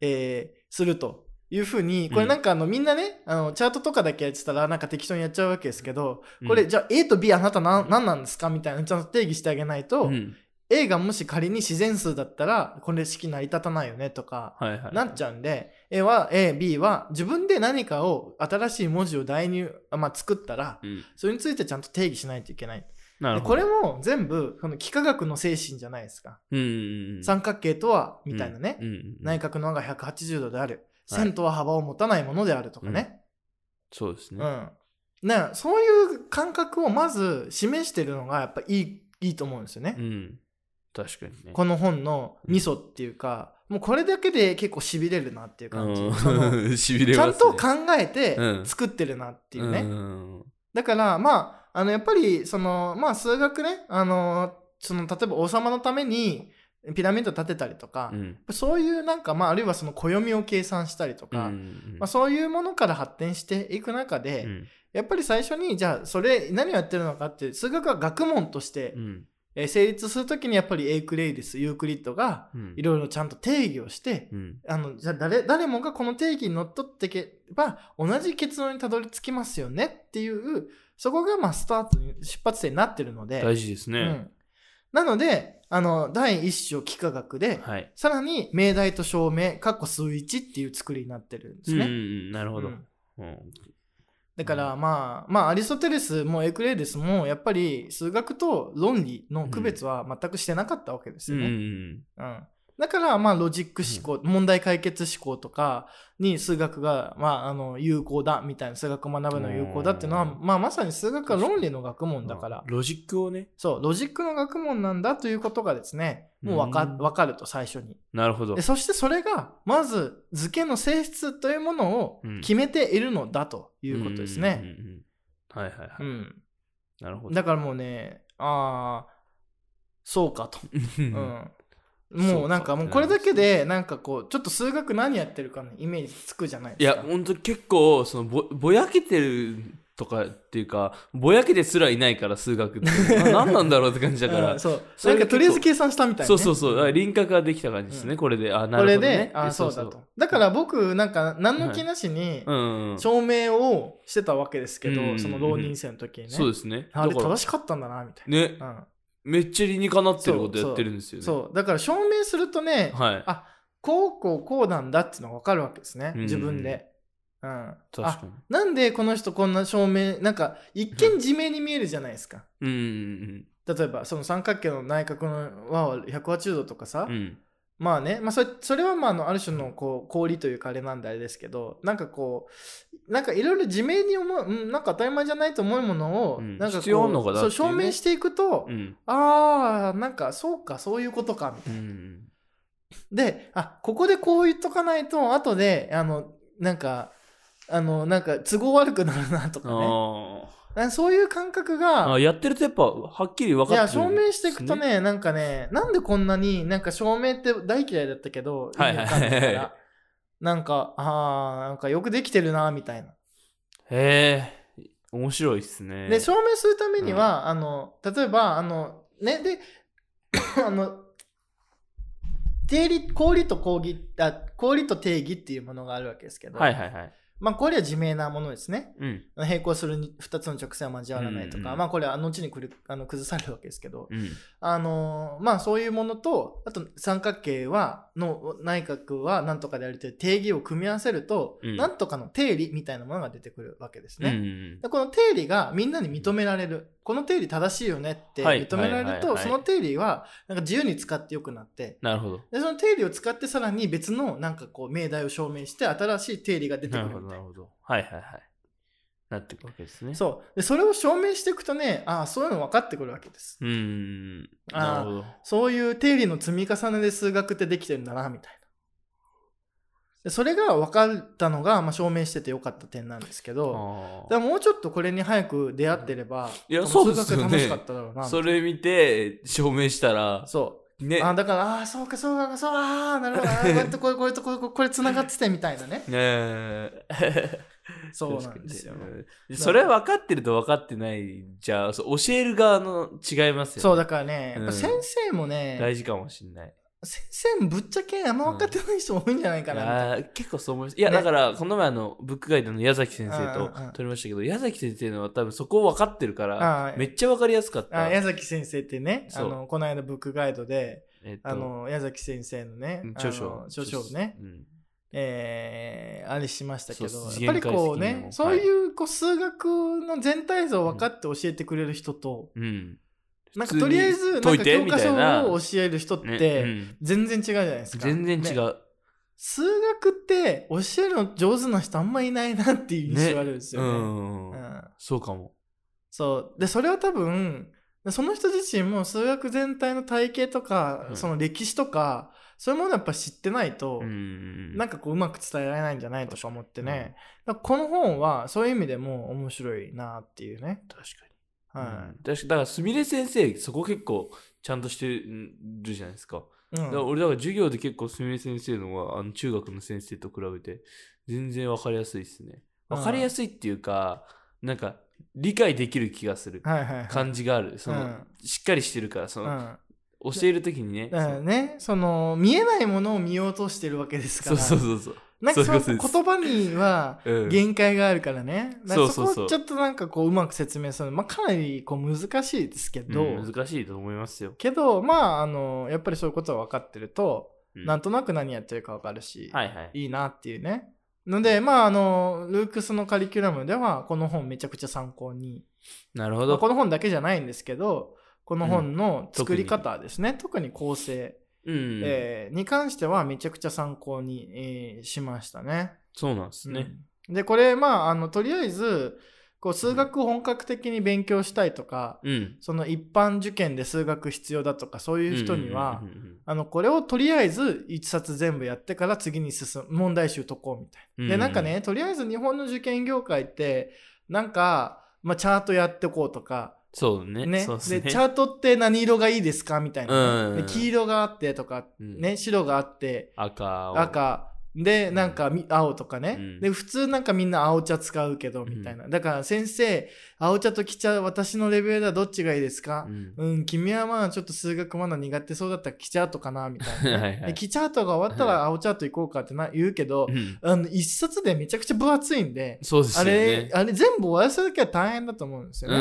[SPEAKER 3] えーすると。いうふうに、これなんかあの、みんなね、あの、チャートとかだけやってたらなんか適当にやっちゃうわけですけど、これ、
[SPEAKER 2] うん、
[SPEAKER 3] じゃあ A と B あなたな何なんですかみたいなちゃんと定義してあげないと、
[SPEAKER 2] うん
[SPEAKER 3] A がもし仮に自然数だったら、これ式成り立たないよねとか、
[SPEAKER 2] はいはい。
[SPEAKER 3] なっちゃうんで、A は A、B は自分で何かを新しい文字を代入、あまあ、作ったら、
[SPEAKER 2] うん
[SPEAKER 3] それについてちゃんと定義しないといけない。
[SPEAKER 2] な
[SPEAKER 3] で
[SPEAKER 2] るほど。
[SPEAKER 3] これも全部、この幾何学の精神じゃないですか。
[SPEAKER 2] うんうんうん、
[SPEAKER 3] 三角形とは、みたいなね。
[SPEAKER 2] うんうんうん
[SPEAKER 3] 内角の和が180度である。
[SPEAKER 2] はい
[SPEAKER 3] 線とは幅を持たないものであるとかね。
[SPEAKER 2] そうです
[SPEAKER 3] う
[SPEAKER 2] ね。
[SPEAKER 3] ん。ねそういう感覚をまず示してるのが、やっぱいい、いいと思うんですよね。
[SPEAKER 2] うん確かにね。
[SPEAKER 3] この本の味噌っていうか、もうこれだけで結構痺れるなっていう感じ。
[SPEAKER 2] [laughs]
[SPEAKER 3] その
[SPEAKER 2] うん、しびれ
[SPEAKER 3] ちゃ
[SPEAKER 2] ます、
[SPEAKER 3] ん
[SPEAKER 2] ね。
[SPEAKER 3] と考えて
[SPEAKER 2] うん
[SPEAKER 3] 作ってるなっていうね。
[SPEAKER 2] うん
[SPEAKER 3] だから、まあ、あの、やっぱり、その、まあ、数学ね、あの、その、例えば王様のためにピラミッド建てたりとか、
[SPEAKER 2] うん
[SPEAKER 3] そういうなんか、まあ、あるいはその暦を計算したりと
[SPEAKER 2] うん
[SPEAKER 3] か、
[SPEAKER 2] うん
[SPEAKER 3] まあ、そういうものから発展していく中で、
[SPEAKER 2] うん
[SPEAKER 3] やっぱり最初に、じゃあ、それ、何をやってるのかって、数学は学問として、
[SPEAKER 2] うん
[SPEAKER 3] えー成立するときに、やっぱりエイクレイデス、ユークリッドが、
[SPEAKER 2] うん
[SPEAKER 3] いろいろちゃんと定義をして、
[SPEAKER 2] うん
[SPEAKER 3] あの、じゃあ誰、誰もがこの定義にのっとってけば、同じ結論にたどり着きますよねっていう、そこがまあスタートに、出発点になってるので、
[SPEAKER 2] 大事です
[SPEAKER 3] う
[SPEAKER 2] ね。
[SPEAKER 3] ん。なので、あの、第一章幾何学で、
[SPEAKER 2] はい。
[SPEAKER 3] さらに、命題と証明、かっこ数一っていう作りになってるんですね。
[SPEAKER 2] うんうんうんなるほど。
[SPEAKER 3] う
[SPEAKER 2] うんん
[SPEAKER 3] だから、まあ、まあ、アリストテレスもエクレイデスも、やっぱり数学と論理の区別は全くしてなかったわけです
[SPEAKER 2] う
[SPEAKER 3] よ
[SPEAKER 2] ん
[SPEAKER 3] ね。
[SPEAKER 2] うん
[SPEAKER 3] うん、だから、まあ、ロジック思考、問題解決思考とかに数学が、まあ、あの有効だみたいな数学を学ぶのが有効だっていうのは、
[SPEAKER 2] うん
[SPEAKER 3] まあ、まさに数学は論理の学
[SPEAKER 2] う
[SPEAKER 3] 問
[SPEAKER 2] ん
[SPEAKER 3] だから、
[SPEAKER 2] ロジックをね。
[SPEAKER 3] そうロジックの学問なんだということがですねもうわか,、
[SPEAKER 2] うん
[SPEAKER 3] わかると最初に
[SPEAKER 2] なるほど
[SPEAKER 3] で。そしてそれがまず図形の性質というものを
[SPEAKER 2] うん
[SPEAKER 3] 決めているのだということです
[SPEAKER 2] うんう
[SPEAKER 3] ね、
[SPEAKER 2] んうんうん。はいはいは
[SPEAKER 3] う
[SPEAKER 2] い。
[SPEAKER 3] ん、
[SPEAKER 2] なるほど。
[SPEAKER 3] だからもうねああそうかとうん
[SPEAKER 2] そう
[SPEAKER 3] もう
[SPEAKER 2] か
[SPEAKER 3] なんかもうこれだけでなんかこうちょっと数学何やってるかのイメージつくじゃない
[SPEAKER 2] い
[SPEAKER 3] ですか
[SPEAKER 2] や、本当結構、そのぼ、ぼやけてるとかっていうかぼやけですらいないから数学
[SPEAKER 3] [laughs]
[SPEAKER 2] ってな何なんだろうって感じだから、
[SPEAKER 3] うんそう
[SPEAKER 2] それ
[SPEAKER 3] なん
[SPEAKER 2] が
[SPEAKER 3] かとりあえず計算したみたいな、ね、
[SPEAKER 2] そうそうそうだから輪郭ができた感じですね、
[SPEAKER 3] う
[SPEAKER 2] これであな
[SPEAKER 3] こ
[SPEAKER 2] る
[SPEAKER 3] れ
[SPEAKER 2] ほど、
[SPEAKER 3] で、
[SPEAKER 2] ね、
[SPEAKER 3] あそうだとだから僕なんか何の気なしに
[SPEAKER 2] うんうんうん、
[SPEAKER 3] 証明をしてたわけですけど、
[SPEAKER 2] うん
[SPEAKER 3] その浪人生の時にね、
[SPEAKER 2] そうですね
[SPEAKER 3] あれ
[SPEAKER 2] だから
[SPEAKER 3] 正しかったんだなみたい
[SPEAKER 2] ね
[SPEAKER 3] な、うん
[SPEAKER 2] めっちゃ理にかなってることやってるんですよね
[SPEAKER 3] そうだから証明するとね、
[SPEAKER 2] はい
[SPEAKER 3] あこうこうこうなんだっていうのが分かるわけですね、
[SPEAKER 2] うん
[SPEAKER 3] 自分で、うん、
[SPEAKER 2] 確
[SPEAKER 3] あ
[SPEAKER 2] かに
[SPEAKER 3] なんでこの人こんな証明なんか一見自明に見えるじゃないですか、
[SPEAKER 2] うんうん
[SPEAKER 3] 例えばその三角形の内角の和は180度とかさ、
[SPEAKER 2] うんうん
[SPEAKER 3] まあね、まあ、それそれはまああのある種のこう氷というかあれなんであれですけどなんかこうなんかいろいろ自明に思ううんなんか当たり前じゃないと思うものを、
[SPEAKER 2] うん
[SPEAKER 3] なんかこう
[SPEAKER 2] 必要あんのかなって
[SPEAKER 3] そ
[SPEAKER 2] いううね
[SPEAKER 3] 証明していくと、
[SPEAKER 2] うん
[SPEAKER 3] あーなんかそうかそういうことかみた
[SPEAKER 2] う
[SPEAKER 3] いな。
[SPEAKER 2] ん
[SPEAKER 3] であここでこう言っとかないと後であのなんかあのなんか都合悪くなるなとか
[SPEAKER 2] あ
[SPEAKER 3] ねあそういう感覚
[SPEAKER 2] ー
[SPEAKER 3] が
[SPEAKER 2] あやってるとやっぱはっきり分
[SPEAKER 3] い
[SPEAKER 2] か
[SPEAKER 3] や
[SPEAKER 2] ってくる
[SPEAKER 3] 証
[SPEAKER 2] んですね
[SPEAKER 3] 明していくとねなんかねなんでこんなになんか証明って大嫌いだったけど意
[SPEAKER 2] はい
[SPEAKER 3] 味わかんないから、
[SPEAKER 2] はいはい
[SPEAKER 3] なんかあーなんかよくできてるなみたいな。
[SPEAKER 2] へえ面白いっすね
[SPEAKER 3] で証明するためには、あの例えばあのねで [coughs] あの定理 [coughs] 氷と講義あ氷と定義っていうものがあるわけですけど、
[SPEAKER 2] はいはいはい
[SPEAKER 3] まあ、これは自明なものですね。
[SPEAKER 2] うん
[SPEAKER 3] 並行するに2つの直線は交わらないと
[SPEAKER 2] うん
[SPEAKER 3] か、
[SPEAKER 2] うん
[SPEAKER 3] まあ、これは後にくるあの崩されるわけですけど、
[SPEAKER 2] うん
[SPEAKER 3] あのーまあ、そういうものと、あと三角形はの内角は何とかであるという定義を組み合わせると、
[SPEAKER 2] うん
[SPEAKER 3] なんとかの定理みたいなものが出てくるわけです
[SPEAKER 2] うんう
[SPEAKER 3] ね。
[SPEAKER 2] ん
[SPEAKER 3] でこの定理がみんなに認められる。この定理正しいよねって
[SPEAKER 2] はい
[SPEAKER 3] 認め
[SPEAKER 2] はい
[SPEAKER 3] られると、
[SPEAKER 2] はいはい
[SPEAKER 3] その定理はなんか自由に使ってよくなって、
[SPEAKER 2] なるほど
[SPEAKER 3] でその定理を使ってさらに別のなんかこう命題を証明して新しい定理が出てく
[SPEAKER 2] な
[SPEAKER 3] る
[SPEAKER 2] る
[SPEAKER 3] みた
[SPEAKER 2] ほどな
[SPEAKER 3] いな
[SPEAKER 2] る。ほどはいはいはいなってくるわけですね
[SPEAKER 3] そうでそれを証明していくとねああそういうの分かってくるわけです
[SPEAKER 2] うーん
[SPEAKER 3] あー
[SPEAKER 2] なるほど
[SPEAKER 3] そういう定理の積み重ねで数学ってできてるんだなみたいなでそれが分かったのが、まあ、証明しててよかった点なんですけど
[SPEAKER 2] あ
[SPEAKER 3] だからもうちょっとこれに早く出会ってれば
[SPEAKER 2] いや
[SPEAKER 3] 多分
[SPEAKER 2] そうですよね
[SPEAKER 3] 数学楽しかっただろう
[SPEAKER 2] ー
[SPEAKER 3] なみたい
[SPEAKER 2] それ見て証明したら
[SPEAKER 3] なそ
[SPEAKER 2] ね
[SPEAKER 3] うあだからああそうかそうかそうああなるほどあ
[SPEAKER 2] [laughs]
[SPEAKER 3] ーこうやってこれこれとこれこれこれつながっててみたいなね
[SPEAKER 2] ねえ
[SPEAKER 3] そうなんですよ
[SPEAKER 2] 確かにねうんそれは分かってると分かってないじゃあそう教える側の違いますよね
[SPEAKER 3] そうだからねやっ
[SPEAKER 2] うん
[SPEAKER 3] ぱ先生もね、
[SPEAKER 2] 大事かもしれない
[SPEAKER 3] 先生もぶっちゃけあんま分かってない人多いんじゃないかなみたいな、
[SPEAKER 2] あー結構そう思いますいや、
[SPEAKER 3] ね
[SPEAKER 2] だからこの前あのブックガイドの矢崎先生
[SPEAKER 3] うんうんうん
[SPEAKER 2] と撮りましたけど矢崎先生のは多分そこを分かってるから
[SPEAKER 3] あー
[SPEAKER 2] めっちゃ分かりやすかっ
[SPEAKER 3] あ
[SPEAKER 2] た
[SPEAKER 3] 矢崎先生ってねあ
[SPEAKER 2] そう
[SPEAKER 3] のこの間ブックガイドで
[SPEAKER 2] えっと
[SPEAKER 3] あの矢崎先生のね
[SPEAKER 2] うん著書
[SPEAKER 3] あの著書をね、
[SPEAKER 2] うん
[SPEAKER 3] えーあれしましたけど
[SPEAKER 2] そう
[SPEAKER 3] やっぱりこう
[SPEAKER 2] 次元解析の
[SPEAKER 3] ね
[SPEAKER 2] はい
[SPEAKER 3] そういうこう数学の全体像を分かって教えてくれる人と、
[SPEAKER 2] うん、
[SPEAKER 3] なんかとりあえずなん
[SPEAKER 2] 解い
[SPEAKER 3] か
[SPEAKER 2] て
[SPEAKER 3] 教
[SPEAKER 2] み
[SPEAKER 3] 科
[SPEAKER 2] たい
[SPEAKER 3] 書
[SPEAKER 2] な
[SPEAKER 3] を教える人っ
[SPEAKER 2] ねう
[SPEAKER 3] て
[SPEAKER 2] ん
[SPEAKER 3] 全然違うじゃないですか、
[SPEAKER 2] 全然違
[SPEAKER 3] ね
[SPEAKER 2] う、
[SPEAKER 3] 数学って教えるの上手な人あんまいないなっていう印象あるんです
[SPEAKER 2] う
[SPEAKER 3] よね
[SPEAKER 2] ん、
[SPEAKER 3] うん
[SPEAKER 2] そうかも
[SPEAKER 3] そう。で、それは多分、その人自身も数学全体の体系とか、
[SPEAKER 2] うん
[SPEAKER 3] その歴史とか、そういうものをやっぱ知ってないと、
[SPEAKER 2] うん
[SPEAKER 3] なんかこううまく伝えられないんじゃないとか思ってね、だからこの本はそういう意味でも面白いなっていうね。
[SPEAKER 2] 確かに、
[SPEAKER 3] は
[SPEAKER 2] うん確かだからすみれ先生そこ結構ちゃんとしてるじゃないですか,、
[SPEAKER 3] い。うん
[SPEAKER 2] だから俺だから授業で結構すみれ先生のはあの中学の先生と比べて全然わかりやすいですねわかりやすいっていうか、なんか理解できる気がする
[SPEAKER 3] はいはいはい。
[SPEAKER 2] 感じがあるその、
[SPEAKER 3] うん
[SPEAKER 2] しっかりしてるからその、
[SPEAKER 3] うん
[SPEAKER 2] 教える時にね
[SPEAKER 3] だからね、その見えないものを見ようとしてるわけです
[SPEAKER 2] そ
[SPEAKER 3] から
[SPEAKER 2] うそうそうそう
[SPEAKER 3] なんかその
[SPEAKER 2] そういうことです
[SPEAKER 3] 言葉には
[SPEAKER 2] うん
[SPEAKER 3] 限界があるからね、だから
[SPEAKER 2] そうそうそう
[SPEAKER 3] こをちょっとなんかこううまく説明するの、まあ、かなりこう難しいですけど、
[SPEAKER 2] うん難しいと思いますよ、
[SPEAKER 3] けどまああのやっぱりそういうことは分かってると、
[SPEAKER 2] うん
[SPEAKER 3] なんとなく何やってるか分かるし、
[SPEAKER 2] はいはい
[SPEAKER 3] い、いなっていうねのでまああのルークスのカリキュラムではこの本めちゃくちゃ参考に、
[SPEAKER 2] なるほ
[SPEAKER 3] まあ
[SPEAKER 2] ど
[SPEAKER 3] この本だけじゃないんですけどこの本の作り方ですね、特に構成、
[SPEAKER 2] うん、
[SPEAKER 3] えーに関してはめちゃくちゃ参考に、えーしましたね。
[SPEAKER 2] そうなんですね、
[SPEAKER 3] うんでこれまああのとりあえずこう数学を本格的に勉強したいとか、
[SPEAKER 2] うん
[SPEAKER 3] その一般受験で数学必要だとかそういう人には、
[SPEAKER 2] うんうんうん
[SPEAKER 3] あのこれをとりあえず1冊全部やってから次に進む問題集解こうみたいな。
[SPEAKER 2] うん
[SPEAKER 3] でなんかねとりあえず日本の受験業界ってなんか、まあ、チャートやってこうとか、
[SPEAKER 2] そうね。
[SPEAKER 3] ね
[SPEAKER 2] そうっすね。
[SPEAKER 3] でチャートって何色がいいですかみたいなね、
[SPEAKER 2] うん
[SPEAKER 3] で黄色があってとか、
[SPEAKER 2] うん
[SPEAKER 3] ね、白があって
[SPEAKER 2] 赤を。
[SPEAKER 3] 赤でなんかみ青とかね、
[SPEAKER 2] うん
[SPEAKER 3] で普通なんかみんな青茶使うけどみたいな、だから先生青茶と黄茶私のレベルではどっちがいいですか
[SPEAKER 2] うん
[SPEAKER 3] うん、君はまあちょっと数学まだ苦手そうだったら黄茶ートかなみたいな
[SPEAKER 2] [laughs] はいは
[SPEAKER 3] で
[SPEAKER 2] い。
[SPEAKER 3] 黄茶ートが終わったら青茶ート行こうかってな言うけど、
[SPEAKER 2] うん
[SPEAKER 3] あの一冊でめちゃくちゃ分厚いんで
[SPEAKER 2] そうです
[SPEAKER 3] あ
[SPEAKER 2] よね。
[SPEAKER 3] れあれ全部終わらせるだけは大変だと思うんですよ
[SPEAKER 2] う
[SPEAKER 3] ね、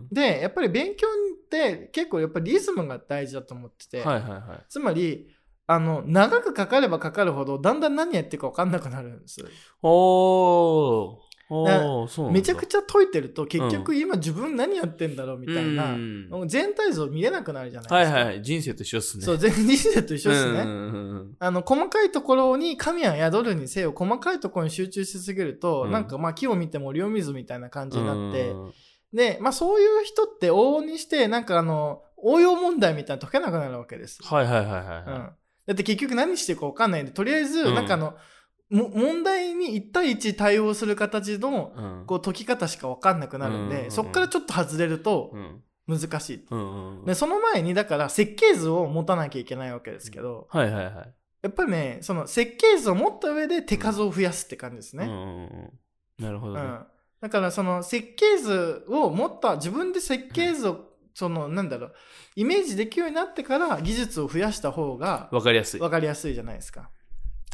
[SPEAKER 2] ん。
[SPEAKER 3] でやっぱり勉強って結構やっぱりリズムが大事だと思ってて、
[SPEAKER 2] はいはいはい。
[SPEAKER 3] つまりあの長くかかればかかるほどだんだん何やってるか分かんなくなるんです
[SPEAKER 2] おー。おー、そうなんだ。
[SPEAKER 3] めちゃくちゃ解いてると結局今自分何やってんだろうみたいな、
[SPEAKER 2] うん
[SPEAKER 3] もう全体像見れなくなるじゃな
[SPEAKER 2] は
[SPEAKER 3] いで
[SPEAKER 2] い
[SPEAKER 3] すか、
[SPEAKER 2] はいはい。人生と一緒っすね。
[SPEAKER 3] そう全人生と一緒ですね、
[SPEAKER 2] うんうんうんうん
[SPEAKER 3] あの細かいところに神は宿るにせよ細かいところに集中しすぎると、
[SPEAKER 2] うん
[SPEAKER 3] なんかまあ木を見ても森を見ずみたいな感じになって、
[SPEAKER 2] うん
[SPEAKER 3] で、まあ、そういう人って往々にしてなんかあの応用問題みたいなの解けなくなるわけです、
[SPEAKER 2] はいはいはいはい
[SPEAKER 3] うん
[SPEAKER 2] は
[SPEAKER 3] だって結局何してるか分かんないんでとりあえず
[SPEAKER 2] うん
[SPEAKER 3] なんかあの、も問題に1対1対応する形の
[SPEAKER 2] い。うん
[SPEAKER 3] こう解き方しか分かんなくなるん
[SPEAKER 2] うんうん
[SPEAKER 3] で、
[SPEAKER 2] うん
[SPEAKER 3] そこからちょっと外れると
[SPEAKER 2] うん
[SPEAKER 3] 難しい、
[SPEAKER 2] うんうん
[SPEAKER 3] でその前にだから設計図を持たなきゃいけないわけですけど、
[SPEAKER 2] はいはいはい。
[SPEAKER 3] やっぱりねその設計図を持った上で手数を増やすって感じです
[SPEAKER 2] うんうん
[SPEAKER 3] ね、
[SPEAKER 2] うんなるほ
[SPEAKER 3] う
[SPEAKER 2] ど
[SPEAKER 3] ん
[SPEAKER 2] ね。
[SPEAKER 3] だからその設計図を持った自分で設計図をそのなんだろうイメージできるようになってから技術を増やした方が
[SPEAKER 2] わかりやすい。
[SPEAKER 3] 分
[SPEAKER 2] 確
[SPEAKER 3] かりやすいじゃないですか
[SPEAKER 2] か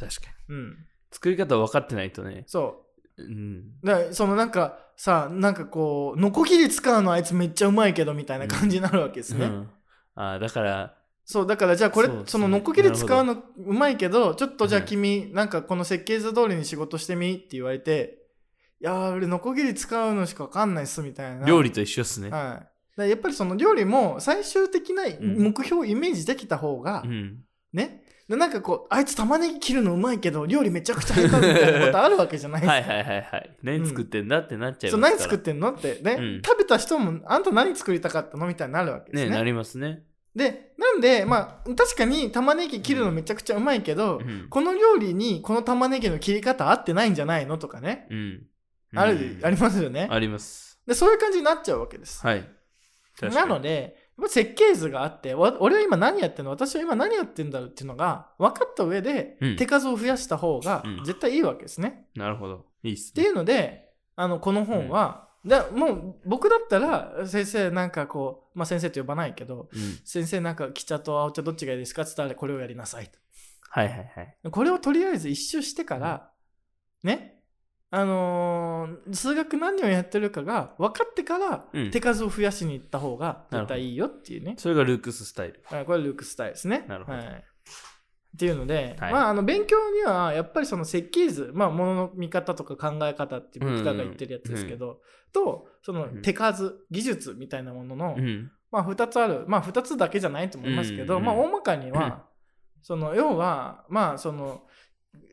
[SPEAKER 2] に。
[SPEAKER 3] うん
[SPEAKER 2] 作り方分かってないとね。
[SPEAKER 3] そ
[SPEAKER 2] うん。
[SPEAKER 3] うだからそのなんかさなんかこうノコギリ使うのあいつめっちゃうまいけどみたいな感じになるわけですね、
[SPEAKER 2] うんあーだから、
[SPEAKER 3] そうだからじゃあこれ
[SPEAKER 2] そう
[SPEAKER 3] そ,、
[SPEAKER 2] ですね
[SPEAKER 3] のノコギリ使うのうまいけどちょっとじゃあ
[SPEAKER 2] はい
[SPEAKER 3] 君、なんかこの設計図通りに仕事してみって言われていやー俺ノコギリ使うのしか分かんないっすみたいな
[SPEAKER 2] 料理と一緒っすね。
[SPEAKER 3] はいだからやっぱりその料理も最終的な目標をイメージできた方が、
[SPEAKER 2] うん。
[SPEAKER 3] ねでなんかこうあいつ玉ねぎ切るのうまいけど料理めちゃくちゃ下手みたいなことあるわけじゃないですか
[SPEAKER 2] はいはいはいはい。何作ってんだってなっちゃい
[SPEAKER 3] そう
[SPEAKER 2] ますから。
[SPEAKER 3] 何作ってんのってね、
[SPEAKER 2] うん
[SPEAKER 3] 食べた人もあんた何作りたかったのみたいになるわけです
[SPEAKER 2] ね
[SPEAKER 3] ね。
[SPEAKER 2] なりますね。
[SPEAKER 3] でなんでまあ確かに玉ねぎ切るのめちゃくちゃうまいけ
[SPEAKER 2] う
[SPEAKER 3] ど、
[SPEAKER 2] ん
[SPEAKER 3] この料理にこの玉ねぎの切り方合ってないんじゃないのとかね、
[SPEAKER 2] うん。
[SPEAKER 3] あ
[SPEAKER 2] う
[SPEAKER 3] る
[SPEAKER 2] ん
[SPEAKER 3] ありますよね
[SPEAKER 2] あります。
[SPEAKER 3] で。そういう感じになっちゃうわけです。
[SPEAKER 2] はい。確か
[SPEAKER 3] な
[SPEAKER 2] に
[SPEAKER 3] のでやっぱ設計図があってわ俺は今何やってんの私は今何やってんだろうっていうのが分かった上で、
[SPEAKER 2] うん
[SPEAKER 3] 手数を増やした方が
[SPEAKER 2] うん
[SPEAKER 3] 絶対いいわけですね。
[SPEAKER 2] なるほど。いいっす
[SPEAKER 3] って
[SPEAKER 2] ね。
[SPEAKER 3] いうのであのこの本は、だもう僕だったら先生なんかこう、まあ、先生と呼ばないけど
[SPEAKER 2] うん
[SPEAKER 3] 先生なんか「茶と青茶どっちがいいですか?」っつったら「これをやりなさい」
[SPEAKER 2] はいはいはい。
[SPEAKER 3] とこれをとりあえず一周してから、ねあのー数学何をやってるかが分かってから、
[SPEAKER 2] うん
[SPEAKER 3] 手数を増やしに行った方が絶対いいよっていうね
[SPEAKER 2] それがルークススタイル。
[SPEAKER 3] はいこれはルークスタイルですね。
[SPEAKER 2] なるほど
[SPEAKER 3] はいっていうので、
[SPEAKER 2] はい
[SPEAKER 3] まあ、あの勉強にはやっぱりその設計図、まあ、ものの見方とか考え方って僕らが言ってるやつですけど、とその
[SPEAKER 2] うん
[SPEAKER 3] 手数、技術みたいなものの、
[SPEAKER 2] うん。
[SPEAKER 3] まあ、2つある、まあ、2つだけじゃないと思いますけど、
[SPEAKER 2] うんうん
[SPEAKER 3] まあ、大まかには、その要は、まあ、その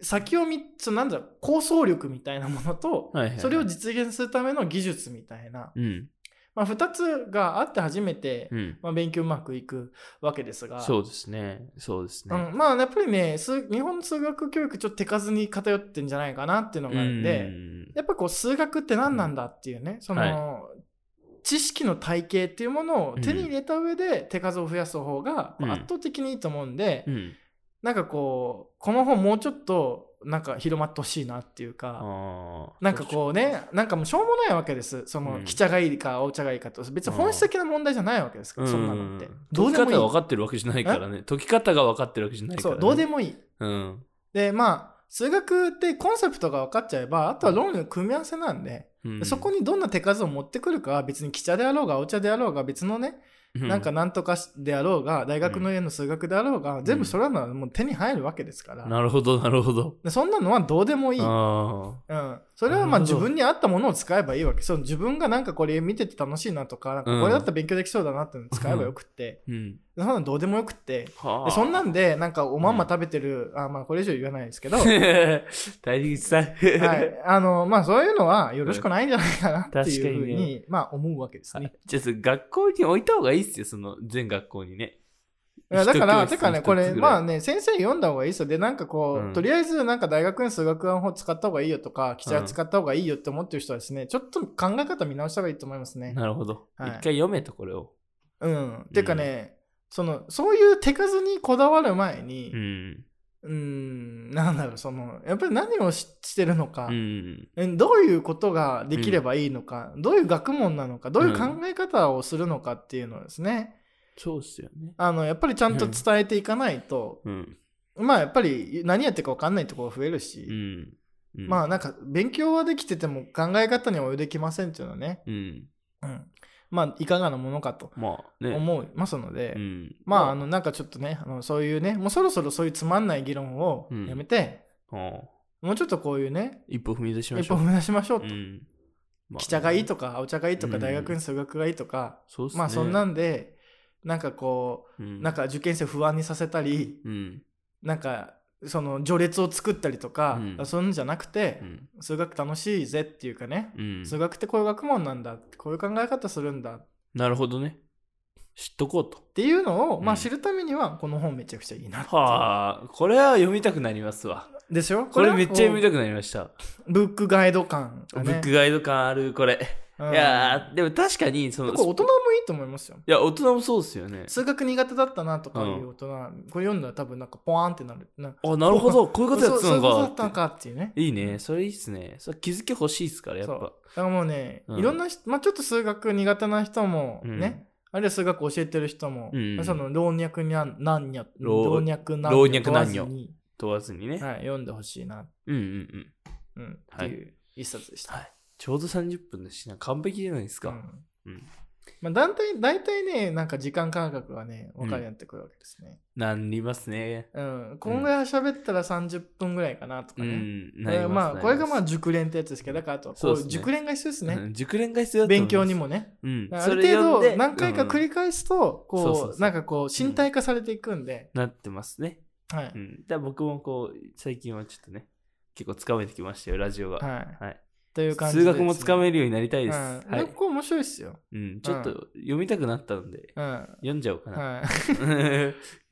[SPEAKER 3] 先を見そのなんだろう構想力みたいなものと、
[SPEAKER 2] はいはいはい
[SPEAKER 3] それを実現するための技術みたいな、
[SPEAKER 2] うん。
[SPEAKER 3] まあ、2つがあって初めて、
[SPEAKER 2] うん。
[SPEAKER 3] まあ、勉強うまくいくわけですが。
[SPEAKER 2] そうですね。そうです
[SPEAKER 3] う
[SPEAKER 2] ね。
[SPEAKER 3] ん、まあやっぱりね数日本の数学教育ちょっと手数に偏ってんじゃないかなっていうのがあるんで、
[SPEAKER 2] うん
[SPEAKER 3] やっぱこう数学って何なんだっていうねその、知識の体系っていうものを手に入れた上で手数を増やす方が
[SPEAKER 2] うん
[SPEAKER 3] まあ圧倒的にいいと思うんで、
[SPEAKER 2] うん。
[SPEAKER 3] なんかこうこの本もうちょっとなんか広まってほしいなっていうか。
[SPEAKER 2] あー
[SPEAKER 3] なんかこうねなんかもうしょうもないわけですその、
[SPEAKER 2] うん
[SPEAKER 3] 茶がいいか青茶がいいかと別に本質的な問題じゃないわけですから、そんなのって
[SPEAKER 2] うん
[SPEAKER 3] どうで
[SPEAKER 2] 解
[SPEAKER 3] も
[SPEAKER 2] き
[SPEAKER 3] い
[SPEAKER 2] 方が分
[SPEAKER 3] い
[SPEAKER 2] かってるわけじゃないからね。解き方が分かってるわけじゃないから、
[SPEAKER 3] そ
[SPEAKER 2] ね。
[SPEAKER 3] うどうでもいい
[SPEAKER 2] うん。
[SPEAKER 3] でまあ数学ってコンセプトが分かっちゃえばあとは論理の組み合わせなんで、
[SPEAKER 2] うん
[SPEAKER 3] そこにどんな手数を持ってくるかは別に汽車であろうがお茶であろうが別のね、
[SPEAKER 2] う
[SPEAKER 3] なんかなんとかであろうが大学の家の数学であろうが、全部それなのはもう手に入るわけですから、
[SPEAKER 2] なるほど、なるほど。
[SPEAKER 3] でそんなのはどうでもいい。
[SPEAKER 2] あ
[SPEAKER 3] うん、それはまあ
[SPEAKER 2] なる
[SPEAKER 3] 自
[SPEAKER 2] ほど
[SPEAKER 3] 分に合ったものを使えばいいわけその自分がなんかこれ見てて楽しいなとかなんかこれだったら勉強できそうだなっていうの使えばよくって、
[SPEAKER 2] ーうん。
[SPEAKER 3] そんなのどうでもよくって
[SPEAKER 2] はあ。
[SPEAKER 3] でそんなんでなんかおまんま食べてる、あまあこれ以上言わないですけど
[SPEAKER 2] [laughs] 大事さん。
[SPEAKER 3] はい、あのまあそういうのはよろしくないんじゃないかなっていうふ
[SPEAKER 2] 確
[SPEAKER 3] う
[SPEAKER 2] かに
[SPEAKER 3] に、まあ、思うわけですね。
[SPEAKER 2] [laughs] ちょっと学校に置いた方がいいっすよ、その全学校にね。
[SPEAKER 3] いやだから、
[SPEAKER 2] 一教室
[SPEAKER 3] てかね、
[SPEAKER 2] 一つ
[SPEAKER 3] これ、
[SPEAKER 2] ぐらい
[SPEAKER 3] まあね、先生に読んだ方がいいですよ。で、なんかこう、
[SPEAKER 2] うん
[SPEAKER 3] とりあえず、なんか大学の数学の方使った方がいいよとか、記者使った方がいいよって思ってる人はですね、ちょっと考え方見直した方がいいと思いますね。
[SPEAKER 2] なるほど。
[SPEAKER 3] はい
[SPEAKER 2] 一回読めと、これを。
[SPEAKER 3] うん。てかね、その、そういう手数にこだわる前に、
[SPEAKER 2] うん。
[SPEAKER 3] うーんなんだろうそのやっぱり何をししてるのか、
[SPEAKER 2] うん
[SPEAKER 3] えどういうことができればいいのか、どういう学問なのかどういう考え方をするのかっていうのをですね、
[SPEAKER 2] そうっすよね
[SPEAKER 3] あのやっぱりちゃんと伝えていかないと、
[SPEAKER 2] うん
[SPEAKER 3] まあやっぱり何やってるか分かんないところ増えるし、
[SPEAKER 2] うんうん
[SPEAKER 3] まあなんか勉強はできてても考え方には及んできませんっていうのはね、
[SPEAKER 2] うん
[SPEAKER 3] うん、まあいかがなものかと
[SPEAKER 2] まあね
[SPEAKER 3] 思いますので、
[SPEAKER 2] うん
[SPEAKER 3] まああのなんかちょっとねあのそういうねもうそろそろそういうつまんない議論をやめて、
[SPEAKER 2] うん
[SPEAKER 3] もうちょっとこういうね
[SPEAKER 2] 一歩踏み出しま
[SPEAKER 3] 一
[SPEAKER 2] しょ
[SPEAKER 3] 歩
[SPEAKER 2] う
[SPEAKER 3] 踏み出しましょうと。
[SPEAKER 2] うんまあ
[SPEAKER 3] 記者がいいとかお茶がいいとか、
[SPEAKER 2] うん
[SPEAKER 3] 大学に数学がいいとか、
[SPEAKER 2] そうっすね
[SPEAKER 3] まあそんなんでなんかこ
[SPEAKER 2] う
[SPEAKER 3] うんなんか受験生不安にさせたり
[SPEAKER 2] うん
[SPEAKER 3] なんかその序列を作ったりとか、
[SPEAKER 2] うん
[SPEAKER 3] そういうんじゃなくて
[SPEAKER 2] う、ん
[SPEAKER 3] 数学楽しいぜっていうかね、
[SPEAKER 2] うん
[SPEAKER 3] 数学ってこういう学問なんだこういう考え方するんだっ
[SPEAKER 2] なるほどね知っとこう
[SPEAKER 3] [laughs]
[SPEAKER 2] と
[SPEAKER 3] ていうのを、
[SPEAKER 2] うん
[SPEAKER 3] まあ知るためにはこの本めちゃくちゃいいなっていう
[SPEAKER 2] はあこれは読みたくなりますわ
[SPEAKER 3] でしょ
[SPEAKER 2] これめっちゃ読み
[SPEAKER 3] た
[SPEAKER 2] たくなりました
[SPEAKER 3] ブックガイド感
[SPEAKER 2] ブ
[SPEAKER 3] がね
[SPEAKER 2] ックガイド感あるこれ
[SPEAKER 3] う
[SPEAKER 2] い
[SPEAKER 3] ん
[SPEAKER 2] やーでも確かにその
[SPEAKER 3] これ大人もいいと思いますよ
[SPEAKER 2] いや大人もそうっすよね
[SPEAKER 3] 数学苦手だったなとかいう大人、これ読んだら多分なんかポワーンってなるな
[SPEAKER 2] あなるほどこういうことやってた
[SPEAKER 3] そうそうい
[SPEAKER 2] の
[SPEAKER 3] うこ
[SPEAKER 2] か
[SPEAKER 3] とだったのかっていうね。
[SPEAKER 2] いいねそれいいっすねそれ気づき欲しいっすからやっ
[SPEAKER 3] そ
[SPEAKER 2] ぱ
[SPEAKER 3] だからもうね、
[SPEAKER 2] うん
[SPEAKER 3] いろんな人、まあ、ちょっと数学苦手な人も
[SPEAKER 2] うん
[SPEAKER 3] ね、あるいは数学教えてる人も、
[SPEAKER 2] うん
[SPEAKER 3] その老若男男女、
[SPEAKER 2] 老
[SPEAKER 3] 老若男
[SPEAKER 2] 老
[SPEAKER 3] 女
[SPEAKER 2] 若
[SPEAKER 3] 問わ
[SPEAKER 2] 男
[SPEAKER 3] ず
[SPEAKER 2] 女
[SPEAKER 3] に、
[SPEAKER 2] 問わずにね、
[SPEAKER 3] はい、読んでほしいな、
[SPEAKER 2] うんうんうん
[SPEAKER 3] うん、って
[SPEAKER 2] はい
[SPEAKER 3] いう一冊でした。
[SPEAKER 2] はいちょうど30分だしな完璧じゃないですか、
[SPEAKER 3] うん
[SPEAKER 2] うん
[SPEAKER 3] まあ、大体大体ね、なんか時間感覚がね、分かるようになってくるわけですね。
[SPEAKER 2] なんりますね
[SPEAKER 3] うん、こんぐらい喋ったら30分ぐらいかなとか
[SPEAKER 2] う
[SPEAKER 3] ね。
[SPEAKER 2] んな
[SPEAKER 3] え
[SPEAKER 2] り
[SPEAKER 3] ー
[SPEAKER 2] ます
[SPEAKER 3] まあ、これがまあ
[SPEAKER 2] なり
[SPEAKER 3] 熟練ってやつですけど、だからあとはこ
[SPEAKER 2] そううですね
[SPEAKER 3] 熟練が必要です
[SPEAKER 2] ま
[SPEAKER 3] ね。
[SPEAKER 2] すうん熟練が必要だと思い
[SPEAKER 3] 勉
[SPEAKER 2] ます
[SPEAKER 3] 強にもね。
[SPEAKER 2] うん
[SPEAKER 3] ある
[SPEAKER 2] それ読
[SPEAKER 3] 程
[SPEAKER 2] んで
[SPEAKER 3] 度何回か繰
[SPEAKER 2] うん
[SPEAKER 3] り返すと、
[SPEAKER 2] そうそう
[SPEAKER 3] こ
[SPEAKER 2] そう
[SPEAKER 3] う、なんかこう、身体化されていくんで、
[SPEAKER 2] なってますね
[SPEAKER 3] は
[SPEAKER 2] う
[SPEAKER 3] い。
[SPEAKER 2] んだから僕もこう最近はちょっとね結構つかめてきましたよラジオが、
[SPEAKER 3] はい。
[SPEAKER 2] はい
[SPEAKER 3] という感じ
[SPEAKER 2] 数
[SPEAKER 3] で。
[SPEAKER 2] 学もつか
[SPEAKER 3] る
[SPEAKER 2] めるようになりたいです、
[SPEAKER 3] はい。
[SPEAKER 2] は
[SPEAKER 3] で
[SPEAKER 2] い
[SPEAKER 3] こ、こ面白いっすよ。
[SPEAKER 2] うん、ちょっと読みたくなったので
[SPEAKER 3] うん。は
[SPEAKER 2] 読んじゃおうか [laughs] な、っ
[SPEAKER 3] い。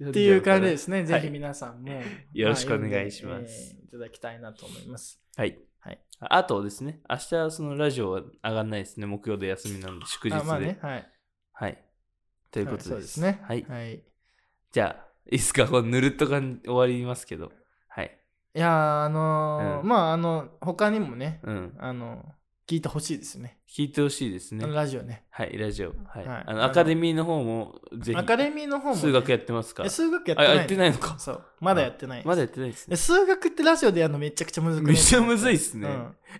[SPEAKER 3] っていう感じですすね。ぜひ皆さんも。
[SPEAKER 2] [laughs] よろしくお願いします
[SPEAKER 3] まあ読んでえーいただきたいなと思
[SPEAKER 2] [laughs]
[SPEAKER 3] います。
[SPEAKER 2] はい。
[SPEAKER 3] はい
[SPEAKER 2] あとですね、明日そのラジオは上がんないですね。木曜で休みなので、祝日で。
[SPEAKER 3] あ、まあね。はい。
[SPEAKER 2] はい。ということです。
[SPEAKER 3] はいそうですね。
[SPEAKER 2] はい。
[SPEAKER 3] はい。い
[SPEAKER 2] じゃあ、いいっすか、こうぬるっと感じ終わりますけど。はい。
[SPEAKER 3] やー、あのー、
[SPEAKER 2] うん
[SPEAKER 3] まあ、あの、他にもね、
[SPEAKER 2] うん。
[SPEAKER 3] あの、聞いてほしいですよね。
[SPEAKER 2] 聞いてほしいですね
[SPEAKER 3] あの。ラジオね。
[SPEAKER 2] はい、ラジオ。はい。
[SPEAKER 3] はい
[SPEAKER 2] あ
[SPEAKER 3] あの
[SPEAKER 2] のアカデミーの方も、ぜひ。
[SPEAKER 3] アカデミーの方もね。
[SPEAKER 2] 数学やってますか
[SPEAKER 3] え数学やって
[SPEAKER 2] あ、
[SPEAKER 3] ない。
[SPEAKER 2] やってないのか。
[SPEAKER 3] そう。まだやってない。
[SPEAKER 2] まだやってないですね。
[SPEAKER 3] え数学ってラジオでやるのめちゃくちゃ難しい。
[SPEAKER 2] めっちゃむずいっす
[SPEAKER 3] うん。
[SPEAKER 2] ね。
[SPEAKER 3] い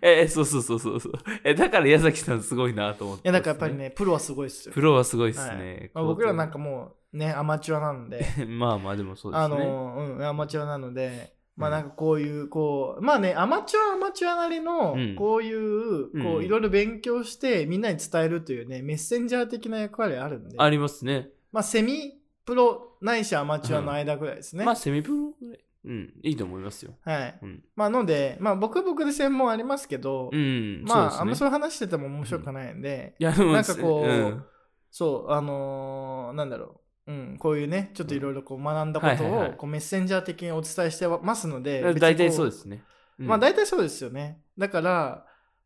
[SPEAKER 2] え、そうそうそうそうそう。え、だから矢崎さんすごいなと思って、
[SPEAKER 3] や、だからやっぱり。ね、プロはすごいっすよ。
[SPEAKER 2] プロはすごいっす
[SPEAKER 3] は
[SPEAKER 2] ね
[SPEAKER 3] い。まあ、僕らなん
[SPEAKER 2] か。
[SPEAKER 3] かもうね、アマチュアなんで、
[SPEAKER 2] まあまあ、でもそうですね。
[SPEAKER 3] あの、うん、アマチュアなので、まあ
[SPEAKER 2] うん
[SPEAKER 3] なんかこういう、こう、まあね、アマチュアアマチュアなりの
[SPEAKER 2] うん、
[SPEAKER 3] こういう、こ
[SPEAKER 2] う
[SPEAKER 3] う、
[SPEAKER 2] ん
[SPEAKER 3] いろいろ勉強してみんなに伝えるというね、メッセンジャー的な役割あるんで、
[SPEAKER 2] ありますね。
[SPEAKER 3] まあセミプロないしアマチュアの間ぐらいですね。
[SPEAKER 2] まあ、セミプロぐらい。うん、いいと思いますよ。
[SPEAKER 3] はい。
[SPEAKER 2] うん。
[SPEAKER 3] まあので、まあ僕は僕で専門ありますけど
[SPEAKER 2] う、ん、
[SPEAKER 3] ま
[SPEAKER 2] そう
[SPEAKER 3] あ、
[SPEAKER 2] ですね
[SPEAKER 3] あんまそういう話してても面白くないんで、
[SPEAKER 2] いや、でも
[SPEAKER 3] なんかこう
[SPEAKER 2] うん
[SPEAKER 3] そう、あのーなんだろう、うん、こういうね、ちょっといろいろこう学んだこと
[SPEAKER 2] はいはいは
[SPEAKER 3] を
[SPEAKER 2] い
[SPEAKER 3] こうメッセンジャー的にお伝えしてますので、別にこ
[SPEAKER 2] 大体そうですね。うん
[SPEAKER 3] まあ大体そうですよね。だから、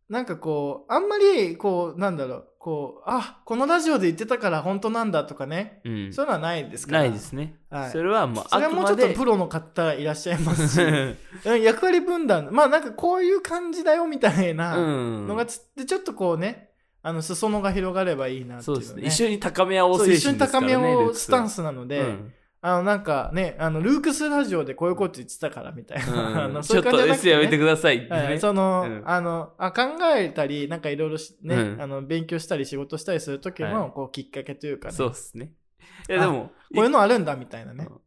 [SPEAKER 3] なんかこう、あんまり、こう、なんだろう、こう、あこのラジオで言ってたから本当なんだとかね、
[SPEAKER 2] うん
[SPEAKER 3] そういうのはないですから。
[SPEAKER 2] ないで。すね。
[SPEAKER 3] はい
[SPEAKER 2] それはもう、
[SPEAKER 3] そ
[SPEAKER 2] あ
[SPEAKER 3] れは
[SPEAKER 2] く
[SPEAKER 3] もうち
[SPEAKER 2] ま
[SPEAKER 3] ょっと
[SPEAKER 2] で
[SPEAKER 3] プ。ロの方いらっしゃいます
[SPEAKER 2] [laughs]
[SPEAKER 3] し、
[SPEAKER 2] う
[SPEAKER 3] うん役割分担、まあなんかこういう感じだよみたいな、
[SPEAKER 2] ん
[SPEAKER 3] のがつってちょっとこうねあの裾野が広がればいいなってい,、
[SPEAKER 2] そうう
[SPEAKER 3] ね、
[SPEAKER 2] ですね。一緒に高め合おう
[SPEAKER 3] そう
[SPEAKER 2] 精
[SPEAKER 3] 一緒に
[SPEAKER 2] 神ですか
[SPEAKER 3] 高
[SPEAKER 2] らね。
[SPEAKER 3] め
[SPEAKER 2] ル
[SPEAKER 3] を
[SPEAKER 2] ーク
[SPEAKER 3] ス
[SPEAKER 2] ス
[SPEAKER 3] タ
[SPEAKER 2] は
[SPEAKER 3] ンスなので、
[SPEAKER 2] うん
[SPEAKER 3] あのなんかねあのルークスラジオでこういうこと言ってたからみたい [laughs] な、あ
[SPEAKER 2] うん
[SPEAKER 3] の
[SPEAKER 2] ちょっと S やめて
[SPEAKER 3] ね
[SPEAKER 2] くださいってね。
[SPEAKER 3] はい、その、
[SPEAKER 2] うん
[SPEAKER 3] あのあ考えたりなんかいろいろしね、
[SPEAKER 2] うん
[SPEAKER 3] あの勉強したり仕事したりする時
[SPEAKER 2] は
[SPEAKER 3] の
[SPEAKER 2] い
[SPEAKER 3] こうきっかけというかね、
[SPEAKER 2] そうですね。いや、でも、
[SPEAKER 3] こういうのあるんだみたいなね
[SPEAKER 2] うん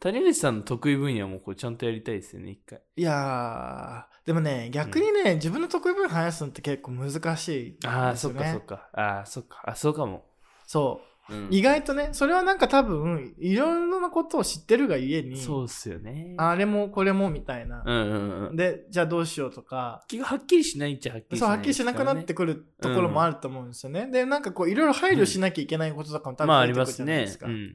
[SPEAKER 2] 谷口さんの得意分野もこうちゃんとやりたいですよね、一回。
[SPEAKER 3] いやーでもね逆にね、自分の得意分野生やすのって結構難しいんですよね
[SPEAKER 2] ああ、そっかそっか。ああ、そっか。あ、そうかも。
[SPEAKER 3] そう
[SPEAKER 2] うん
[SPEAKER 3] 意外とねそれはなんか多分いろいろなことを知ってるがゆえに
[SPEAKER 2] そうっすよね。
[SPEAKER 3] あれもこれもみたいな
[SPEAKER 2] う、んうんうん。
[SPEAKER 3] でじゃあどうしようとか
[SPEAKER 2] 気がはっきりしないっちゃはっきりし
[SPEAKER 3] そう
[SPEAKER 2] ない、
[SPEAKER 3] はっきりしなくなってくるところもあると思うんですよね、でなんかこういろいろ配慮しなきゃいけないこととかも多
[SPEAKER 2] まああ
[SPEAKER 3] 分出
[SPEAKER 2] り
[SPEAKER 3] て
[SPEAKER 2] ます
[SPEAKER 3] くるじゃない
[SPEAKER 2] ね
[SPEAKER 3] です。か、
[SPEAKER 2] うん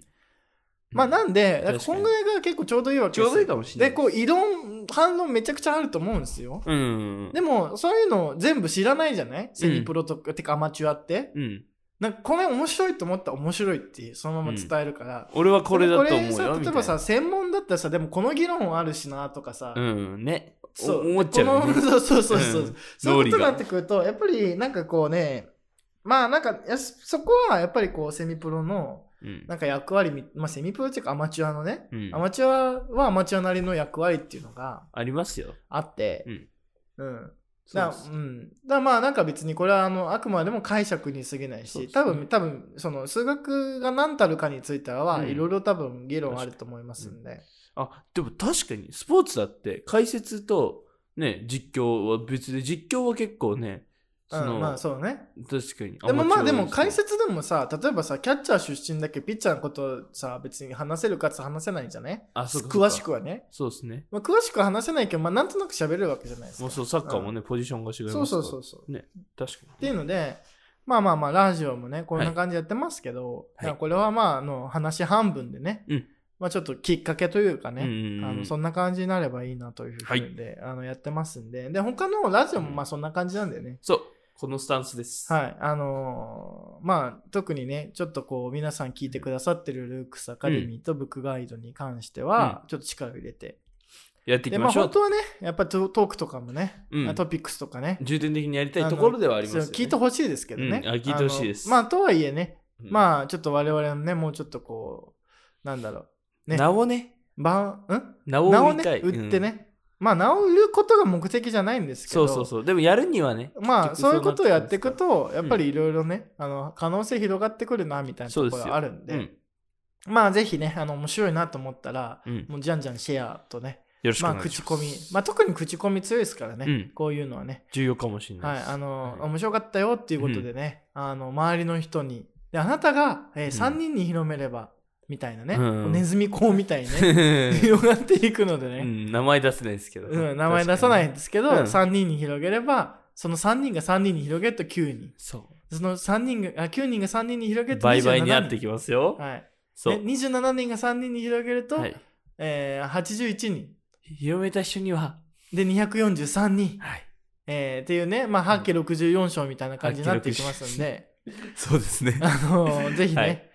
[SPEAKER 3] まあなんで
[SPEAKER 2] 確か
[SPEAKER 3] だから
[SPEAKER 2] に
[SPEAKER 3] こんぐらいが結構ちょうどいいわけ
[SPEAKER 2] ち
[SPEAKER 3] で
[SPEAKER 2] ょ
[SPEAKER 3] すよ
[SPEAKER 2] うどいいかもしれない
[SPEAKER 3] でこう異論反論めちゃくちゃあると思うんですよ、
[SPEAKER 2] う、うんうんうん。
[SPEAKER 3] でもそういうの全部知らないじゃないセミプロとか、てかアマチュアって
[SPEAKER 2] うん。
[SPEAKER 3] なんかこれ面白いと思ったら面白いってそのまま伝えるから、
[SPEAKER 2] 俺はこれだと思うよ
[SPEAKER 3] で
[SPEAKER 2] み
[SPEAKER 3] も
[SPEAKER 2] た
[SPEAKER 3] こ
[SPEAKER 2] いな
[SPEAKER 3] れさ例えばさ専門だったらさでもこの議論あるしなとかさ、
[SPEAKER 2] うんね
[SPEAKER 3] そ
[SPEAKER 2] お思っちゃうよ
[SPEAKER 3] こ
[SPEAKER 2] ね
[SPEAKER 3] のそうそうそうそう、
[SPEAKER 2] うん
[SPEAKER 3] そういう
[SPEAKER 2] 脳裏
[SPEAKER 3] こと
[SPEAKER 2] が
[SPEAKER 3] になってくるとやっぱりなんかこうねまあなんかやすそこはやっぱりこうセミプロの
[SPEAKER 2] うん
[SPEAKER 3] [laughs] なんか役割み、まあ、セミプロっていうかアマチュアのね、
[SPEAKER 2] うん
[SPEAKER 3] アマチュアはアマチュアなりの役割っていうのが
[SPEAKER 2] ありますよ
[SPEAKER 3] あって
[SPEAKER 2] うん、
[SPEAKER 3] うん
[SPEAKER 2] そう
[SPEAKER 3] だ
[SPEAKER 2] です
[SPEAKER 3] うん、だからまあなんか別にこれはあのあくまでも解釈に過ぎない
[SPEAKER 2] そうで
[SPEAKER 3] し
[SPEAKER 2] すね
[SPEAKER 3] 多分多分その数学が何たるかについては
[SPEAKER 2] うん
[SPEAKER 3] いろいろ多分議論あると思いますんで、
[SPEAKER 2] あでも確かにスポーツだって解説とね実況は別で実況は結構ね
[SPEAKER 3] う
[SPEAKER 2] そ
[SPEAKER 3] ん
[SPEAKER 2] の、
[SPEAKER 3] まあそうね
[SPEAKER 2] 確かに
[SPEAKER 3] でもまあ
[SPEAKER 2] アマチュア
[SPEAKER 3] でも
[SPEAKER 2] すね
[SPEAKER 3] 解説でもさ例えばさキャッチャー出身だけピッチャーのことさ別に話せるかつ話せないんじゃね
[SPEAKER 2] あそうかそうか
[SPEAKER 3] 詳しくはね、
[SPEAKER 2] そうですね
[SPEAKER 3] まあ、詳しくは話せないけど、まあ、なんとなく喋れるわけじゃないです
[SPEAKER 2] も
[SPEAKER 3] か
[SPEAKER 2] うそうサッカーもね、ポジションが違いますか
[SPEAKER 3] そう
[SPEAKER 2] ら
[SPEAKER 3] そうそうそう
[SPEAKER 2] 確か
[SPEAKER 3] っ
[SPEAKER 2] に
[SPEAKER 3] ていうので、まあまあまあ、ラジオもね、こんな感じでやってますけど、
[SPEAKER 2] はい
[SPEAKER 3] なんかこれはまあ、あの、話半分でね、
[SPEAKER 2] うん
[SPEAKER 3] まあちょっときっかけというか
[SPEAKER 2] うん
[SPEAKER 3] ね、
[SPEAKER 2] うんうん
[SPEAKER 3] あのそんな感じになればいいなというふうにで、あのやってますんで、で、他のラジオもまあそんな感じなんだよね。
[SPEAKER 2] そうこのスタンスです
[SPEAKER 3] はい。あのーまあ、特にね、ちょっとこう、皆さん聞いてくださってるルークスアカデミーとブックガイドに関しては、ちょっと力を入れて。
[SPEAKER 2] やっていき
[SPEAKER 3] で、ま
[SPEAKER 2] ま
[SPEAKER 3] あ
[SPEAKER 2] しょう
[SPEAKER 3] 本、当はね、やっぱりトトークとかもね、
[SPEAKER 2] うん
[SPEAKER 3] トピックスとかね、
[SPEAKER 2] 重点的にやりたいところではありますよ、
[SPEAKER 3] あ
[SPEAKER 2] ね
[SPEAKER 3] の、聞いてほしいですけどね、
[SPEAKER 2] うんあ聞いてほしいです
[SPEAKER 3] あのまあとはいえね、
[SPEAKER 2] うん
[SPEAKER 3] まあちょっと我々のねもうちょっとこうなんだろね
[SPEAKER 2] 名をね
[SPEAKER 3] うばんん
[SPEAKER 2] 名を
[SPEAKER 3] 名を
[SPEAKER 2] 売り
[SPEAKER 3] ね
[SPEAKER 2] たい
[SPEAKER 3] 売って
[SPEAKER 2] うん
[SPEAKER 3] ね、まあ名を売ることが目的じゃないんですけ
[SPEAKER 2] そ
[SPEAKER 3] ど
[SPEAKER 2] うそうそうでもやるにはね
[SPEAKER 3] まあ
[SPEAKER 2] 結
[SPEAKER 3] そ
[SPEAKER 2] 局
[SPEAKER 3] うい
[SPEAKER 2] そううなっ
[SPEAKER 3] こと
[SPEAKER 2] て
[SPEAKER 3] を
[SPEAKER 2] くるんですか
[SPEAKER 3] やっていくとやっぱりいろいろね、あの可能性広がってくるなみたいなところ
[SPEAKER 2] そうです
[SPEAKER 3] が
[SPEAKER 2] よ
[SPEAKER 3] あるんで
[SPEAKER 2] うん
[SPEAKER 3] まあぜひねあの面白いなと思ったら、
[SPEAKER 2] うん、よ
[SPEAKER 3] もうじゃんじゃんシェアとね
[SPEAKER 2] ろしくお
[SPEAKER 3] まあ
[SPEAKER 2] 願いします
[SPEAKER 3] 口コミ、まあ、特に口コミ強いですからね、
[SPEAKER 2] うん
[SPEAKER 3] こういうのはね
[SPEAKER 2] 重要かもしれない
[SPEAKER 3] は
[SPEAKER 2] で
[SPEAKER 3] い、
[SPEAKER 2] す
[SPEAKER 3] あの、
[SPEAKER 2] はい
[SPEAKER 3] 面白かったよっていうことでね、あの周りの人にであなたが、
[SPEAKER 2] ん
[SPEAKER 3] え3人に広めれば、みたいなね、
[SPEAKER 2] うん
[SPEAKER 3] ネズミ講みたいにね
[SPEAKER 2] [laughs]
[SPEAKER 3] 広がっていくので
[SPEAKER 2] う
[SPEAKER 3] ね、
[SPEAKER 2] ん、名前出せないですけど、
[SPEAKER 3] うん名前出さない
[SPEAKER 2] 確
[SPEAKER 3] ん
[SPEAKER 2] かに
[SPEAKER 3] ですけど、
[SPEAKER 2] うん
[SPEAKER 3] 3人に広げればその3人が3人に広げると9人
[SPEAKER 2] そ
[SPEAKER 3] その3人があ9人が3人に広げ
[SPEAKER 2] う
[SPEAKER 3] ると
[SPEAKER 2] 倍
[SPEAKER 3] 27人
[SPEAKER 2] 々に合ってきますよ、
[SPEAKER 3] はい、
[SPEAKER 2] そう、
[SPEAKER 3] で27人が3人に広げると、
[SPEAKER 2] はい、
[SPEAKER 3] えー81人
[SPEAKER 2] 広めた人には、
[SPEAKER 3] で243人、
[SPEAKER 2] はい、
[SPEAKER 3] えーっていうね、まあ、半径64章みたいな感じになっていきますんで。
[SPEAKER 2] そうですね
[SPEAKER 3] [laughs] あのーぜひね、
[SPEAKER 2] はい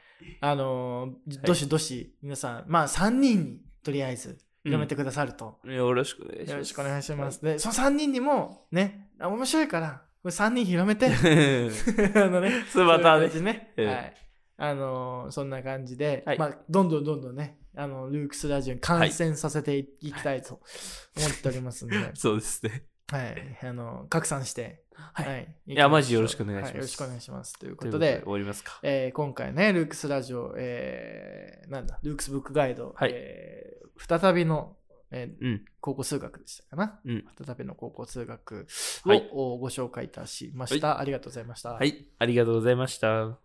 [SPEAKER 3] あのー
[SPEAKER 2] い
[SPEAKER 3] どしどし皆さん、まあ3人にとりあえず広めてくださると、
[SPEAKER 2] よろしくお願いします
[SPEAKER 3] よろしくお願いし
[SPEAKER 2] [laughs]
[SPEAKER 3] ます。で、その3人にもね、あ面白いから、これ3人
[SPEAKER 2] [laughs]
[SPEAKER 3] 広めて、あのね、
[SPEAKER 2] そう [laughs] また
[SPEAKER 3] そうい
[SPEAKER 2] ね
[SPEAKER 3] う [laughs] 感じね、
[SPEAKER 2] うん
[SPEAKER 3] はい。あのーそんな感じで、
[SPEAKER 2] はい
[SPEAKER 3] まあ、どんどんどんどんね、あの、ルークスラジオに感染させていきたいと思っております
[SPEAKER 2] [laughs]
[SPEAKER 3] ので、はい、
[SPEAKER 2] そうですね
[SPEAKER 3] あの拡散して、
[SPEAKER 2] はい
[SPEAKER 3] い。い
[SPEAKER 2] いやマジよろしくお願いします
[SPEAKER 3] はよろしくお願いします。という
[SPEAKER 2] と
[SPEAKER 3] こ
[SPEAKER 2] いう
[SPEAKER 3] とで
[SPEAKER 2] 終、わりますか
[SPEAKER 3] えー今回ね、ルークスラジオ、えーなんだ、ルークスブックガイド、
[SPEAKER 2] はい
[SPEAKER 3] えー再びの、えー
[SPEAKER 2] うん
[SPEAKER 3] 高校数学でしたかな。
[SPEAKER 2] うん
[SPEAKER 3] 再びの高校数学を、
[SPEAKER 2] はい
[SPEAKER 3] おご紹介いたしました。ありがとうございました。
[SPEAKER 2] はいありがとうございました